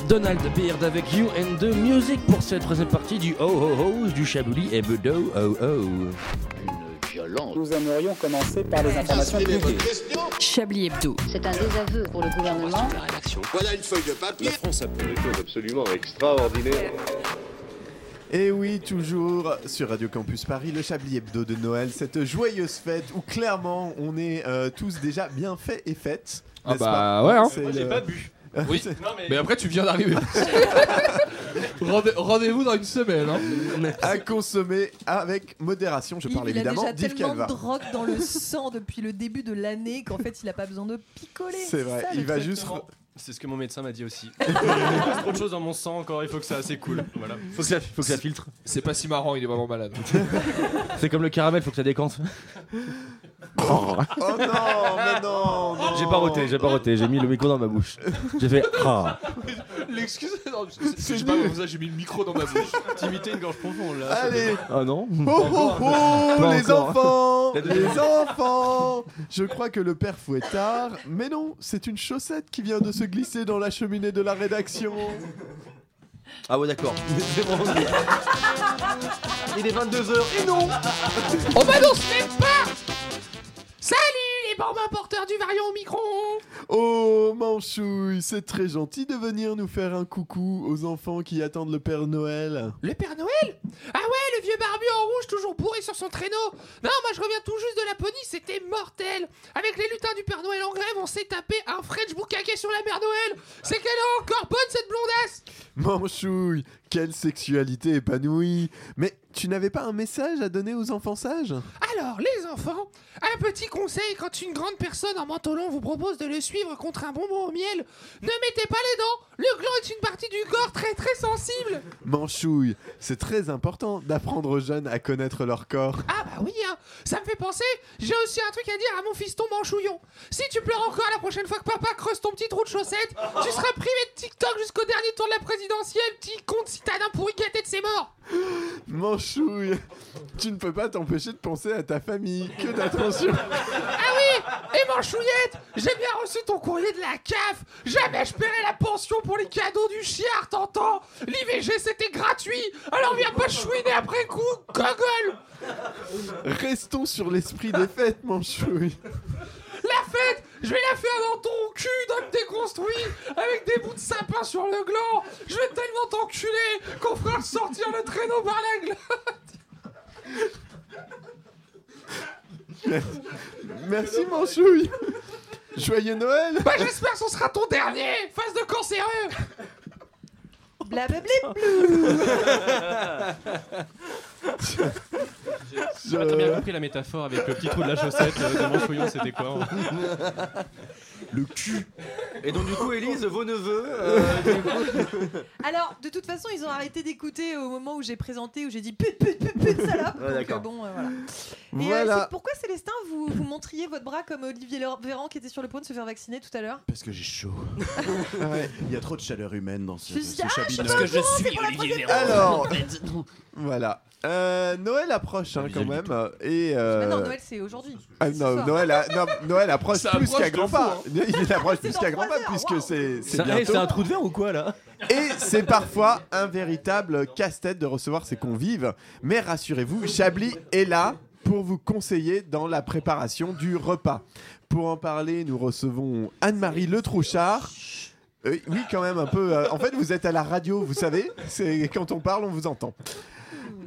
S16: Donald Beard avec You and the Music pour cette troisième partie du Oh Oh Oh du Chablis Hebdo Oh Oh.
S20: Nous aimerions commencer par les informations
S12: Chablis Hebdo.
S8: C'est un désaveu pour le gouvernement.
S20: Voilà une feuille de papier.
S8: France a
S5: Des choses absolument extraordinaires.
S1: Et oui, toujours sur Radio Campus Paris, le Chablis Hebdo de Noël, cette joyeuse fête où clairement on est euh, tous déjà bien faits et faites.
S9: Ah
S1: n'est-ce
S9: bah
S1: pas
S9: ouais, hein.
S1: C'est
S9: Moi, j'ai
S1: le- (laughs)
S9: pas bu. Oui, mais... après tu viens (laughs) d'arriver. Rendez- Rendez-vous dans une semaine. Hein.
S1: à consommer avec modération. Je parle
S10: il a
S1: évidemment
S10: déjà
S1: d'Yves
S10: tellement
S1: Calva.
S10: de drogue dans le sang depuis le début de l'année qu'en fait, il a pas besoin de picoler.
S1: C'est vrai,
S10: ça, le
S1: il va
S10: truc.
S1: juste
S9: C'est ce que mon médecin m'a dit aussi. (laughs) Il y a trop de choses dans mon sang encore, il faut que ça assez cool. Voilà.
S16: Faut que, ça, faut que ça filtre. C'est pas si marrant, il est vraiment
S9: (laughs)
S16: malade.
S13: C'est comme le caramel, faut que ça décante.
S1: Oh non, mais non, non.
S13: (laughs) J'ai pas roté, j'ai pas roté, j'ai mis le micro dans ma bouche. J'ai fait. Ah.
S16: L'excuse, non, je- je sais pas pourquoi j'ai mis le micro dans
S11: (laughs)
S16: ma bouche. T'imitais une gorge profonde là.
S1: Allez
S13: Ah non
S1: Oh oh oh
S13: Pas
S1: Les
S13: encore.
S1: enfants
S13: La
S1: Les
S13: deuxième.
S1: enfants Je crois que le père Fouettard... Mais non, c'est une chaussette qui vient de se glisser dans la cheminée de la rédaction
S13: Ah ouais, (laughs) d'accord.
S32: Il est 22h et non
S6: On m'annonce même pas Salut les bambins porteurs du variant au micron
S1: Oh Manchouille, c'est très gentil de venir nous faire un coucou aux enfants qui attendent le Père Noël.
S6: Le Père Noël Ah ouais, le vieux barbu en rouge toujours bourré sur son traîneau Non, moi je reviens tout juste de Laponie, c'était mortel Avec les lutins du Père Noël en grève, on s'est tapé un French boucaquet sur la mère Noël C'est qu'elle est encore bonne cette blondasse
S1: Manchouille, quelle sexualité épanouie Mais tu n'avais pas un message à donner aux enfants sages
S6: Alors, les enfants, un petit conseil quand une grande personne en manteau long vous propose de le suivre contre un bonbon au miel, ne mettez pas les dents Le gland est une partie du corps très très sensible
S1: Manchouille, c'est très important d'apprendre aux jeunes à connaître leur corps.
S6: Ah bah oui, hein. ça me fait penser, j'ai aussi un truc à dire à mon fiston manchouillon. Si tu pleures encore la prochaine fois que papa creuse ton petit trou de chaussette, tu seras privé de TikTok jusqu'au dernier tour de la présidentielle, petit con de citadin pourri gâté de ses morts.
S1: Manchouille, tu ne peux pas t'empêcher de penser à ta famille. Que d'attention
S6: Ah oui Et manchouillette, j'ai bien reçu ton courrier de la CAF. Jamais je paierai la pension pour les cadeaux du chiard, t'entends L'IVG c'était gratuit, alors viens pas chouiner après coup, gogol
S1: Restons sur l'esprit des fêtes, Manchouille.
S6: La fête, je vais la faire dans ton cul, d'homme déconstruit, avec des bouts de sapin sur le gland. Je vais tellement t'enculer qu'on fera sortir le traîneau par la glotte.
S1: (laughs) Merci, Manchouille. Joyeux Noël
S6: Bah j'espère que ce sera ton dernier, face de cancéreux.
S1: (laughs)
S9: J'ai pas très bien compris la métaphore avec le petit trou de la chaussette euh, de Manchouillon, c'était quoi hein
S13: Le cul
S32: Et donc du coup, Élise, vos neveux. euh,
S6: (laughs)
S10: Alors, de toute façon, ils ont arrêté d'écouter au moment où j'ai présenté, où j'ai dit pute, pute, pute, pute, salope.
S32: Ouais,
S10: Donc,
S32: d'accord.
S10: euh, bon, euh, voilà. Et, euh,
S1: Voilà.
S10: c'est- pourquoi, Célestin, vous, vous montriez votre bras comme Olivier Le- Véran qui était sur le point de se faire vacciner tout à l'heure
S5: Parce que j'ai
S1: (laughs)
S5: chaud.
S33: Ouais.
S5: Il y a trop de chaleur humaine dans ce,
S10: Je
S5: ce
S10: suis- Ah, je
S5: chabinage.
S10: suis pas au courant, c'est pour la
S1: troisième fois.
S10: Oh,
S1: Alors. Voilà. Euh, Noël approche hein, quand même. euh, Et euh,
S10: Ah non, Noël, c'est aujourd'hui.
S1: ah non, Noël, a- non, Noël approche
S10: Ça
S1: plus
S10: approche
S1: qu'à
S10: de
S1: grands
S10: fou,
S1: pas.
S10: hein.
S1: Il approche
S10: C'est
S1: plus
S10: dans
S1: qu'à grands
S10: trois
S1: pas
S10: heures,
S1: puisque
S10: waouh.
S1: c'est c'est
S9: Ça- eh,
S1: bientôt.
S9: C'est un trou de verre ou quoi là
S1: Et c'est parfois un véritable casse-tête de recevoir ses convives. Mais rassurez-vous, Chablis est là pour vous conseiller dans la préparation du repas. Pour en parler, nous recevons Anne-Marie Le Trouchard. Euh, oui, quand même un peu. euh, en fait, vous êtes à la radio, vous savez. C'est quand on parle, on vous entend.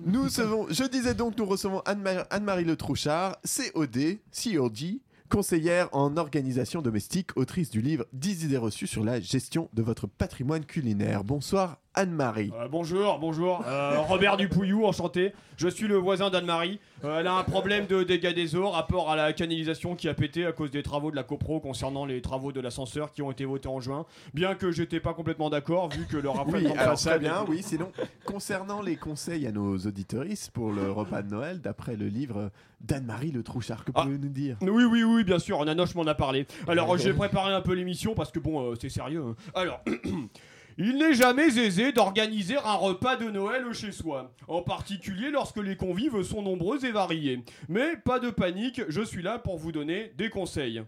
S1: Nous recevons, je disais donc, nous recevons Anne-Ma- Anne-Marie Le Trouchard, COD, COD, conseillère en organisation domestique, autrice du livre 10 idées reçues sur la gestion de votre patrimoine culinaire. Bonsoir Anne-Marie.
S11: Euh, bonjour, bonjour. Euh, Robert Dupouillou, enchanté. Je suis le voisin d'Anne-Marie. Euh, elle a un problème de dégâts des eaux, rapport à la canalisation qui a pété à cause des travaux de la CoPro concernant les travaux de l'ascenseur qui ont été votés en juin. Bien que j'étais pas complètement d'accord, vu
S1: (laughs)
S11: que le rapport.
S1: Oui, alors très bien, oui, sinon, concernant les conseils à nos auditoristes pour le repas de Noël, d'après le livre d'Anne-Marie Le Trouchard,
S11: Ah.
S1: que pouvez-vous nous dire
S11: Oui, oui, oui, bien sûr, Nanoche m'en a parlé. Alors, euh, j'ai préparé un peu l'émission parce que bon, euh, c'est sérieux. hein. Alors. (clears throat) Il n'est jamais aisé d'organiser un repas de Noël chez soi, en particulier lorsque les convives sont nombreux et variés. Mais pas de panique, je suis là pour vous donner des conseils.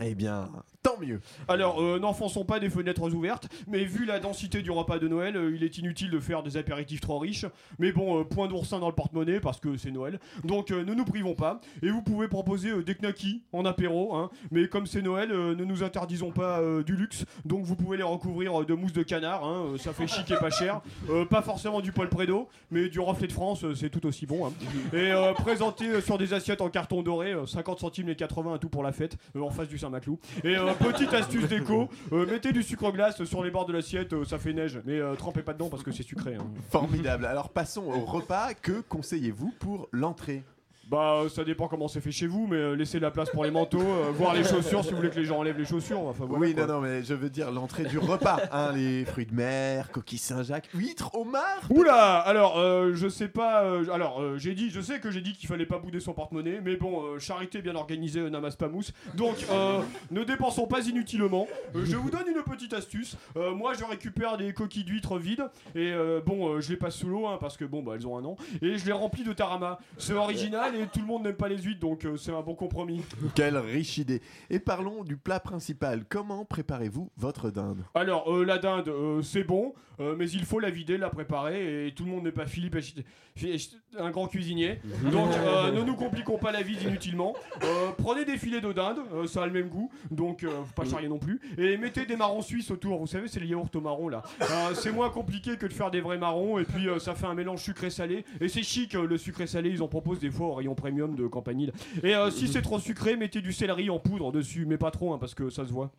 S1: Eh bien, tant mieux.
S11: Alors, euh, n'enfonçons pas des fenêtres ouvertes, mais vu la densité du repas de Noël, euh, il est inutile de faire des apéritifs trop riches. Mais bon, euh, point d'oursin dans le porte-monnaie parce que c'est Noël. Donc, euh, ne nous privons pas. Et vous pouvez proposer euh, des knackis en apéro, hein. Mais comme c'est Noël, euh, ne nous interdisons pas euh, du luxe. Donc, vous pouvez les recouvrir euh, de mousse de canard, hein, euh, ça fait chic et pas cher. Euh, pas forcément du Paul Prédo, mais du Reflet de France, euh, c'est tout aussi bon. hein. Et euh, présenté euh, sur des assiettes en carton doré, euh, 50 centimes les 80 à tout pour la fête, euh, en face du Saint-Maclou. Et euh, petite astuce déco, euh, mettez du sucre glace sur les bords de l'assiette, euh, ça fait neige, mais euh, trempez pas dedans parce que c'est sucré. hein.
S1: Formidable. Alors passons au repas. Que conseillez-vous pour l'entrée
S11: Bah, euh, ça dépend comment c'est fait chez vous, mais euh, laissez la place pour les manteaux, euh, voir les chaussures si vous voulez que les gens enlèvent les chaussures. Enfin, voilà,
S1: oui,
S11: quoi.
S1: non, non, mais je veux dire l'entrée du repas. hein, les fruits de mer, coquilles Saint-Jacques, huîtres, homards.
S11: Oula Alors, euh, je sais pas. euh, alors, euh, j'ai dit, je sais que j'ai dit qu'il fallait pas bouder son porte-monnaie, mais bon, euh, charité bien organisée euh, n'amasse pas mousse. Donc, euh, ne dépensons pas inutilement. Euh, je vous donne une petite astuce. Euh, moi, je récupère des coquilles d'huîtres vides et euh, bon, euh, je les passe sous l'eau hein, parce que bon, bah, elles ont un an et je les remplis de tarama. C'est original et tout le monde n'aime pas les huîtres, donc euh, c'est un bon compromis.
S1: Quelle riche idée. Et parlons du plat principal. Comment préparez-vous votre dinde
S11: Alors, euh, la dinde, euh, c'est bon, euh, mais il faut la vider, la préparer, et tout le monde n'est pas Philippe Achit- Fi- Achit- un grand cuisinier. Donc, euh, ne nous compliquons pas la vie inutilement. Euh, prenez des filets de dinde, euh, ça a le même goût, donc euh, faut pas charrier non plus. Et mettez des marrons suisses autour, vous savez, c'est les yaourts au marron là. Euh, c'est moins compliqué que de faire des vrais marrons, et puis euh, ça fait un mélange sucré-salé. Et c'est chic, euh, le sucré-salé, ils en proposent des fois au rayon premium de Campanile. Et euh, si c'est trop sucré, mettez du céleri en poudre dessus, mais pas trop, hein, parce que ça se voit.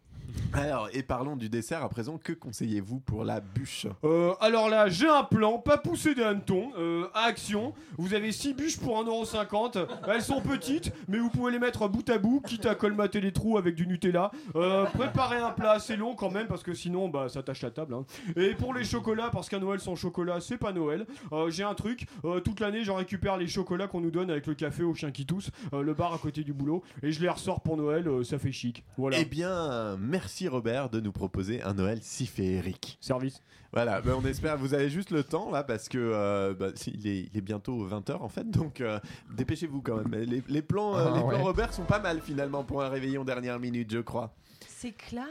S1: Alors, et parlons du dessert à présent. Que conseillez-vous pour la bûche
S11: Euh, alors là, j'ai un plan, pas poussé des hannetons, euh, à action. Vous avez 6 bûches pour 1,50€. Elles sont petites, mais vous pouvez les mettre bout à bout, quitte à colmater les trous avec du Nutella. Euh, préparez un plat assez long quand même, parce que sinon, bah, ça tâche la table. hein. Et pour les chocolats, parce qu'à Noël sans chocolat, c'est pas Noël. Euh, j'ai un truc, euh, toute l'année, j'en récupère les chocolats qu'on nous donne avec le café au chien qui tousse, euh, le bar à côté du boulot, et je les ressors pour Noël, euh, ça fait chic. Voilà.
S1: Eh bien, merci Robert de nous proposer un Noël si féerique.
S11: Service.
S1: Voilà, ben, on espère, vous avez juste le temps là parce que euh, bah, si, il, est, il est bientôt 20h en fait, donc euh, dépêchez-vous quand même. Les, les plans, euh,
S10: Ah,
S1: les plans
S10: ouais.
S1: Robert sont pas mal finalement pour un réveillon dernière minute, je crois.
S10: C'est classe.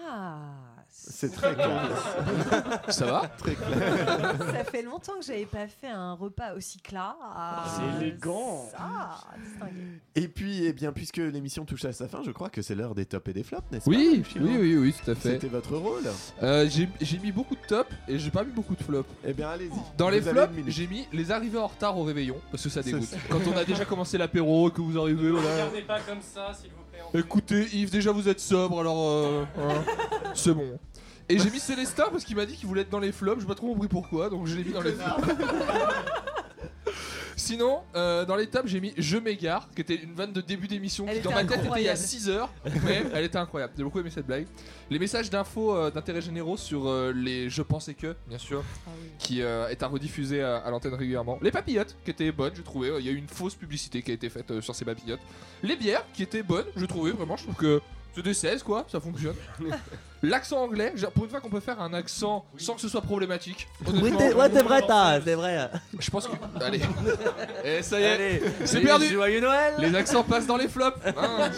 S1: C'est très classe.
S9: (laughs) Ça va
S1: (laughs) Très clair.
S10: Ça fait longtemps que j'avais pas fait un repas aussi classe.
S1: C'est élégant.
S10: Ça, distingué.
S1: Et puis, eh bien, puisque l'émission touche à sa fin, je crois que c'est l'heure des tops et des flops, n'est-ce
S9: Oui,
S1: pas
S9: oui, oui, oui, tout à fait.
S1: C'était votre rôle.
S9: Euh, j'ai j'ai mis beaucoup de top et j'ai pas mis beaucoup de flop.
S1: Eh bien, allez-y.
S9: Dans les
S1: Vous avez
S9: flops,
S1: une minute.
S9: j'ai mis les arrivées en retard au réveillon parce que ça
S1: C'est
S9: dégoûte.
S1: ça.
S9: Quand on a déjà commencé l'apéro, que vous arrivez, voilà.
S6: Regardez pas comme ça, s'il vous plaît.
S9: Écoutez, Yves, déjà vous êtes sobre, alors euh, hein, c'est bon. Et j'ai mis Célestin parce qu'il m'a dit qu'il voulait être dans les flops, j'ai pas trop compris pourquoi, donc je l'ai mis dans
S1: (laughs)
S9: les flops. Sinon, euh, dans les tables, j'ai mis Je m'égare, qui était une vanne de début d'émission qui,
S2: Elle
S9: dans
S2: était
S9: ma tête, était il y a
S2: incroyable.
S9: 6 heures. Mais elle était incroyable. J'ai beaucoup aimé cette blague. Les messages d'infos euh, d'intérêt généraux sur euh, les Je pensais que, bien sûr,
S20: Ah
S9: qui euh, est à rediffuser à, à l'antenne régulièrement. Les papillotes, qui étaient bonnes, je trouvais. Il y a eu une fausse publicité qui a été faite euh, sur ces papillotes. Les bières, qui étaient bonnes, je trouvais vraiment. Je trouve que c'était 16, quoi, ça
S20: (laughs)
S9: fonctionne. L'accent anglais, j'ai- pour une fois qu'on peut faire un accent sans que ce soit problématique.
S20: Oui,
S9: Honnêtement,
S20: t'es- ouais, t'es vrai, t'as, c'est vrai.
S9: Je pense que. Allez. Et ça y est,
S20: Allez,
S9: c'est
S20: allez,
S9: perdu.
S20: joyeux Noël.
S9: Les accents passent dans les
S1: (laughs)
S9: flops. Hein.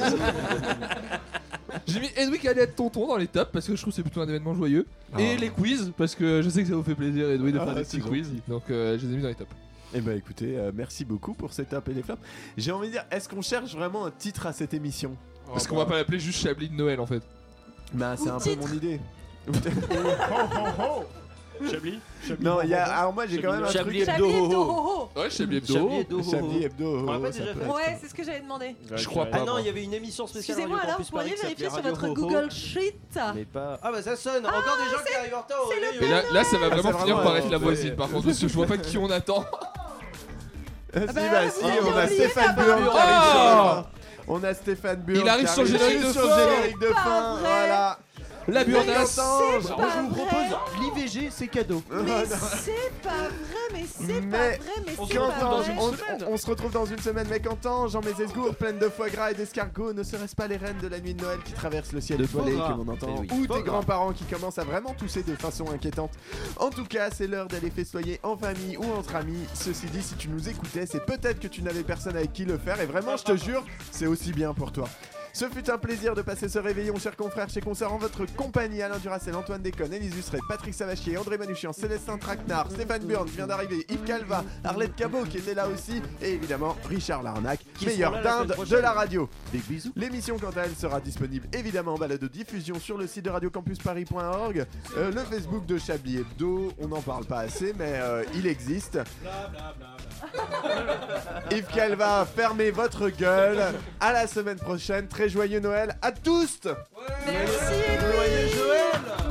S9: J'ai mis Edwig Alliette Tonton dans les tops parce que je trouve que c'est plutôt un événement joyeux. Et les quiz parce que je sais que ça vous fait plaisir, Edwig, de
S1: Ah,
S9: faire des
S1: c'est
S9: petits quiz.
S1: gentil.
S9: Donc euh, je les ai mis dans les tops.
S1: Eh ben écoutez, euh, merci beaucoup pour ces tops et les flops. J'ai envie de dire, est-ce qu'on cherche vraiment un titre à cette émission
S9: Oh, Parce qu'on va pas l'appeler juste Chablis de Noël en fait.
S1: Bah c'est
S9: Ou
S1: un
S9: titre.
S1: peu mon idée.
S11: Chablis
S1: Non, il y a. Alors moi j'ai quand même un truc.
S10: Chablis Hebdo, Chablis Hebdo, ho, ho.
S9: Ouais, Chablis Hebdo.
S1: Chablis Hebdo.
S9: ho, ho.
S1: Chablis Hebdo. ho,
S9: On l'a
S1: ho,
S9: pas
S1: Oh, ça
S9: déjà
S1: peut
S9: fait.
S1: être-
S10: Ouais, c'est ce que j'avais demandé.
S9: Je crois pas.
S15: Ah non,
S9: moi.
S15: il y avait une émission spéciale.
S10: Excusez-moi,
S15: Radio
S10: alors,
S15: Campus
S10: vous pourriez
S15: Paris qui
S10: vérifier sur
S15: s'appelait
S10: votre
S15: Radio Ho Ho.
S10: Google Sheet.
S15: Mais pas. Ah bah ça sonne Encore des gens qui arrivent en retard au réveil.
S9: Et là, là, ça va
S1: Ah,
S9: vraiment
S1: c'est
S9: finir
S1: vraiment
S9: par
S1: un-
S9: être la voisine par contre parce que je vois pas qui
S1: (laughs)
S9: on attend.
S1: Ah, si, bah, si,
S9: Eh ben, vous
S1: on a
S9: avez
S1: Stéphane
S9: oublié
S1: Burn
S9: la
S1: qui arrive sur la
S9: barre.
S1: fin. On a Stéphane Burn.
S9: Oh Il arrive
S1: qui
S9: sur le générique de
S1: sur
S9: fin.
S1: le générique de
S9: C'est pas
S1: fin.
S9: vrai.
S1: Voilà.
S9: La
S1: Mais
S9: burnasse.
S1: attends,
S9: C'est
S1: je-
S9: pas
S1: je vous propose.
S15: L'IVG, c'est cadeau.
S1: Ah, (laughs)
S10: Mais
S1: non.
S10: c'est pas vrai, mais c'est
S1: Mais-
S10: pas vrai, mais
S1: on
S10: c'est
S1: se retrouve
S10: pas
S1: dans
S10: vrai.
S1: une semaine. On, on se retrouve dans une semaine, mais qu'entends Jean Mésesgour, pleine de foie gras et d'escargots, ne serait-ce pas les reines de la nuit de Noël qui traversent le ciel
S31: De
S1: étoilé
S31: foie gras.
S1: que l'on entend,
S31: Eh oui.
S1: ou
S31: Foie
S1: tes
S31: gras.
S1: grands-parents qui commencent à vraiment tousser de façon inquiétante. En tout cas, c'est l'heure d'aller festoyer en famille ou entre amis. Ceci dit, si tu nous écoutais, c'est peut-être que tu n'avais personne avec qui le faire, et vraiment, je te jure, c'est aussi bien pour toi. Ce fut un plaisir de passer ce réveillon, chers confrères, chez Concert en votre compagnie. Alain Duracel, Antoine Déconne, Élise Husseret, Patrick Savachier, André Manouchian, Célestin Traquenard, Stéphane Burn qui vient d'arriver, Yves Calva, Arlette Cabot qui était là aussi, et évidemment Richard Larnac,
S31: Qui
S1: meilleur
S31: seront là la
S1: dinde
S31: semaine
S1: de la
S31: prochaine.
S1: radio. Des bisous. L'émission, quant à elle, sera disponible évidemment en balade de diffusion sur le site de radiocampusparis.org, euh, le Facebook de Chablis Hebdo. On n'en parle pas assez, mais euh, il existe. Yves Calva, fermez votre gueule. À la semaine prochaine. Très joyeux Noël à tous.
S17: Joyeux Joël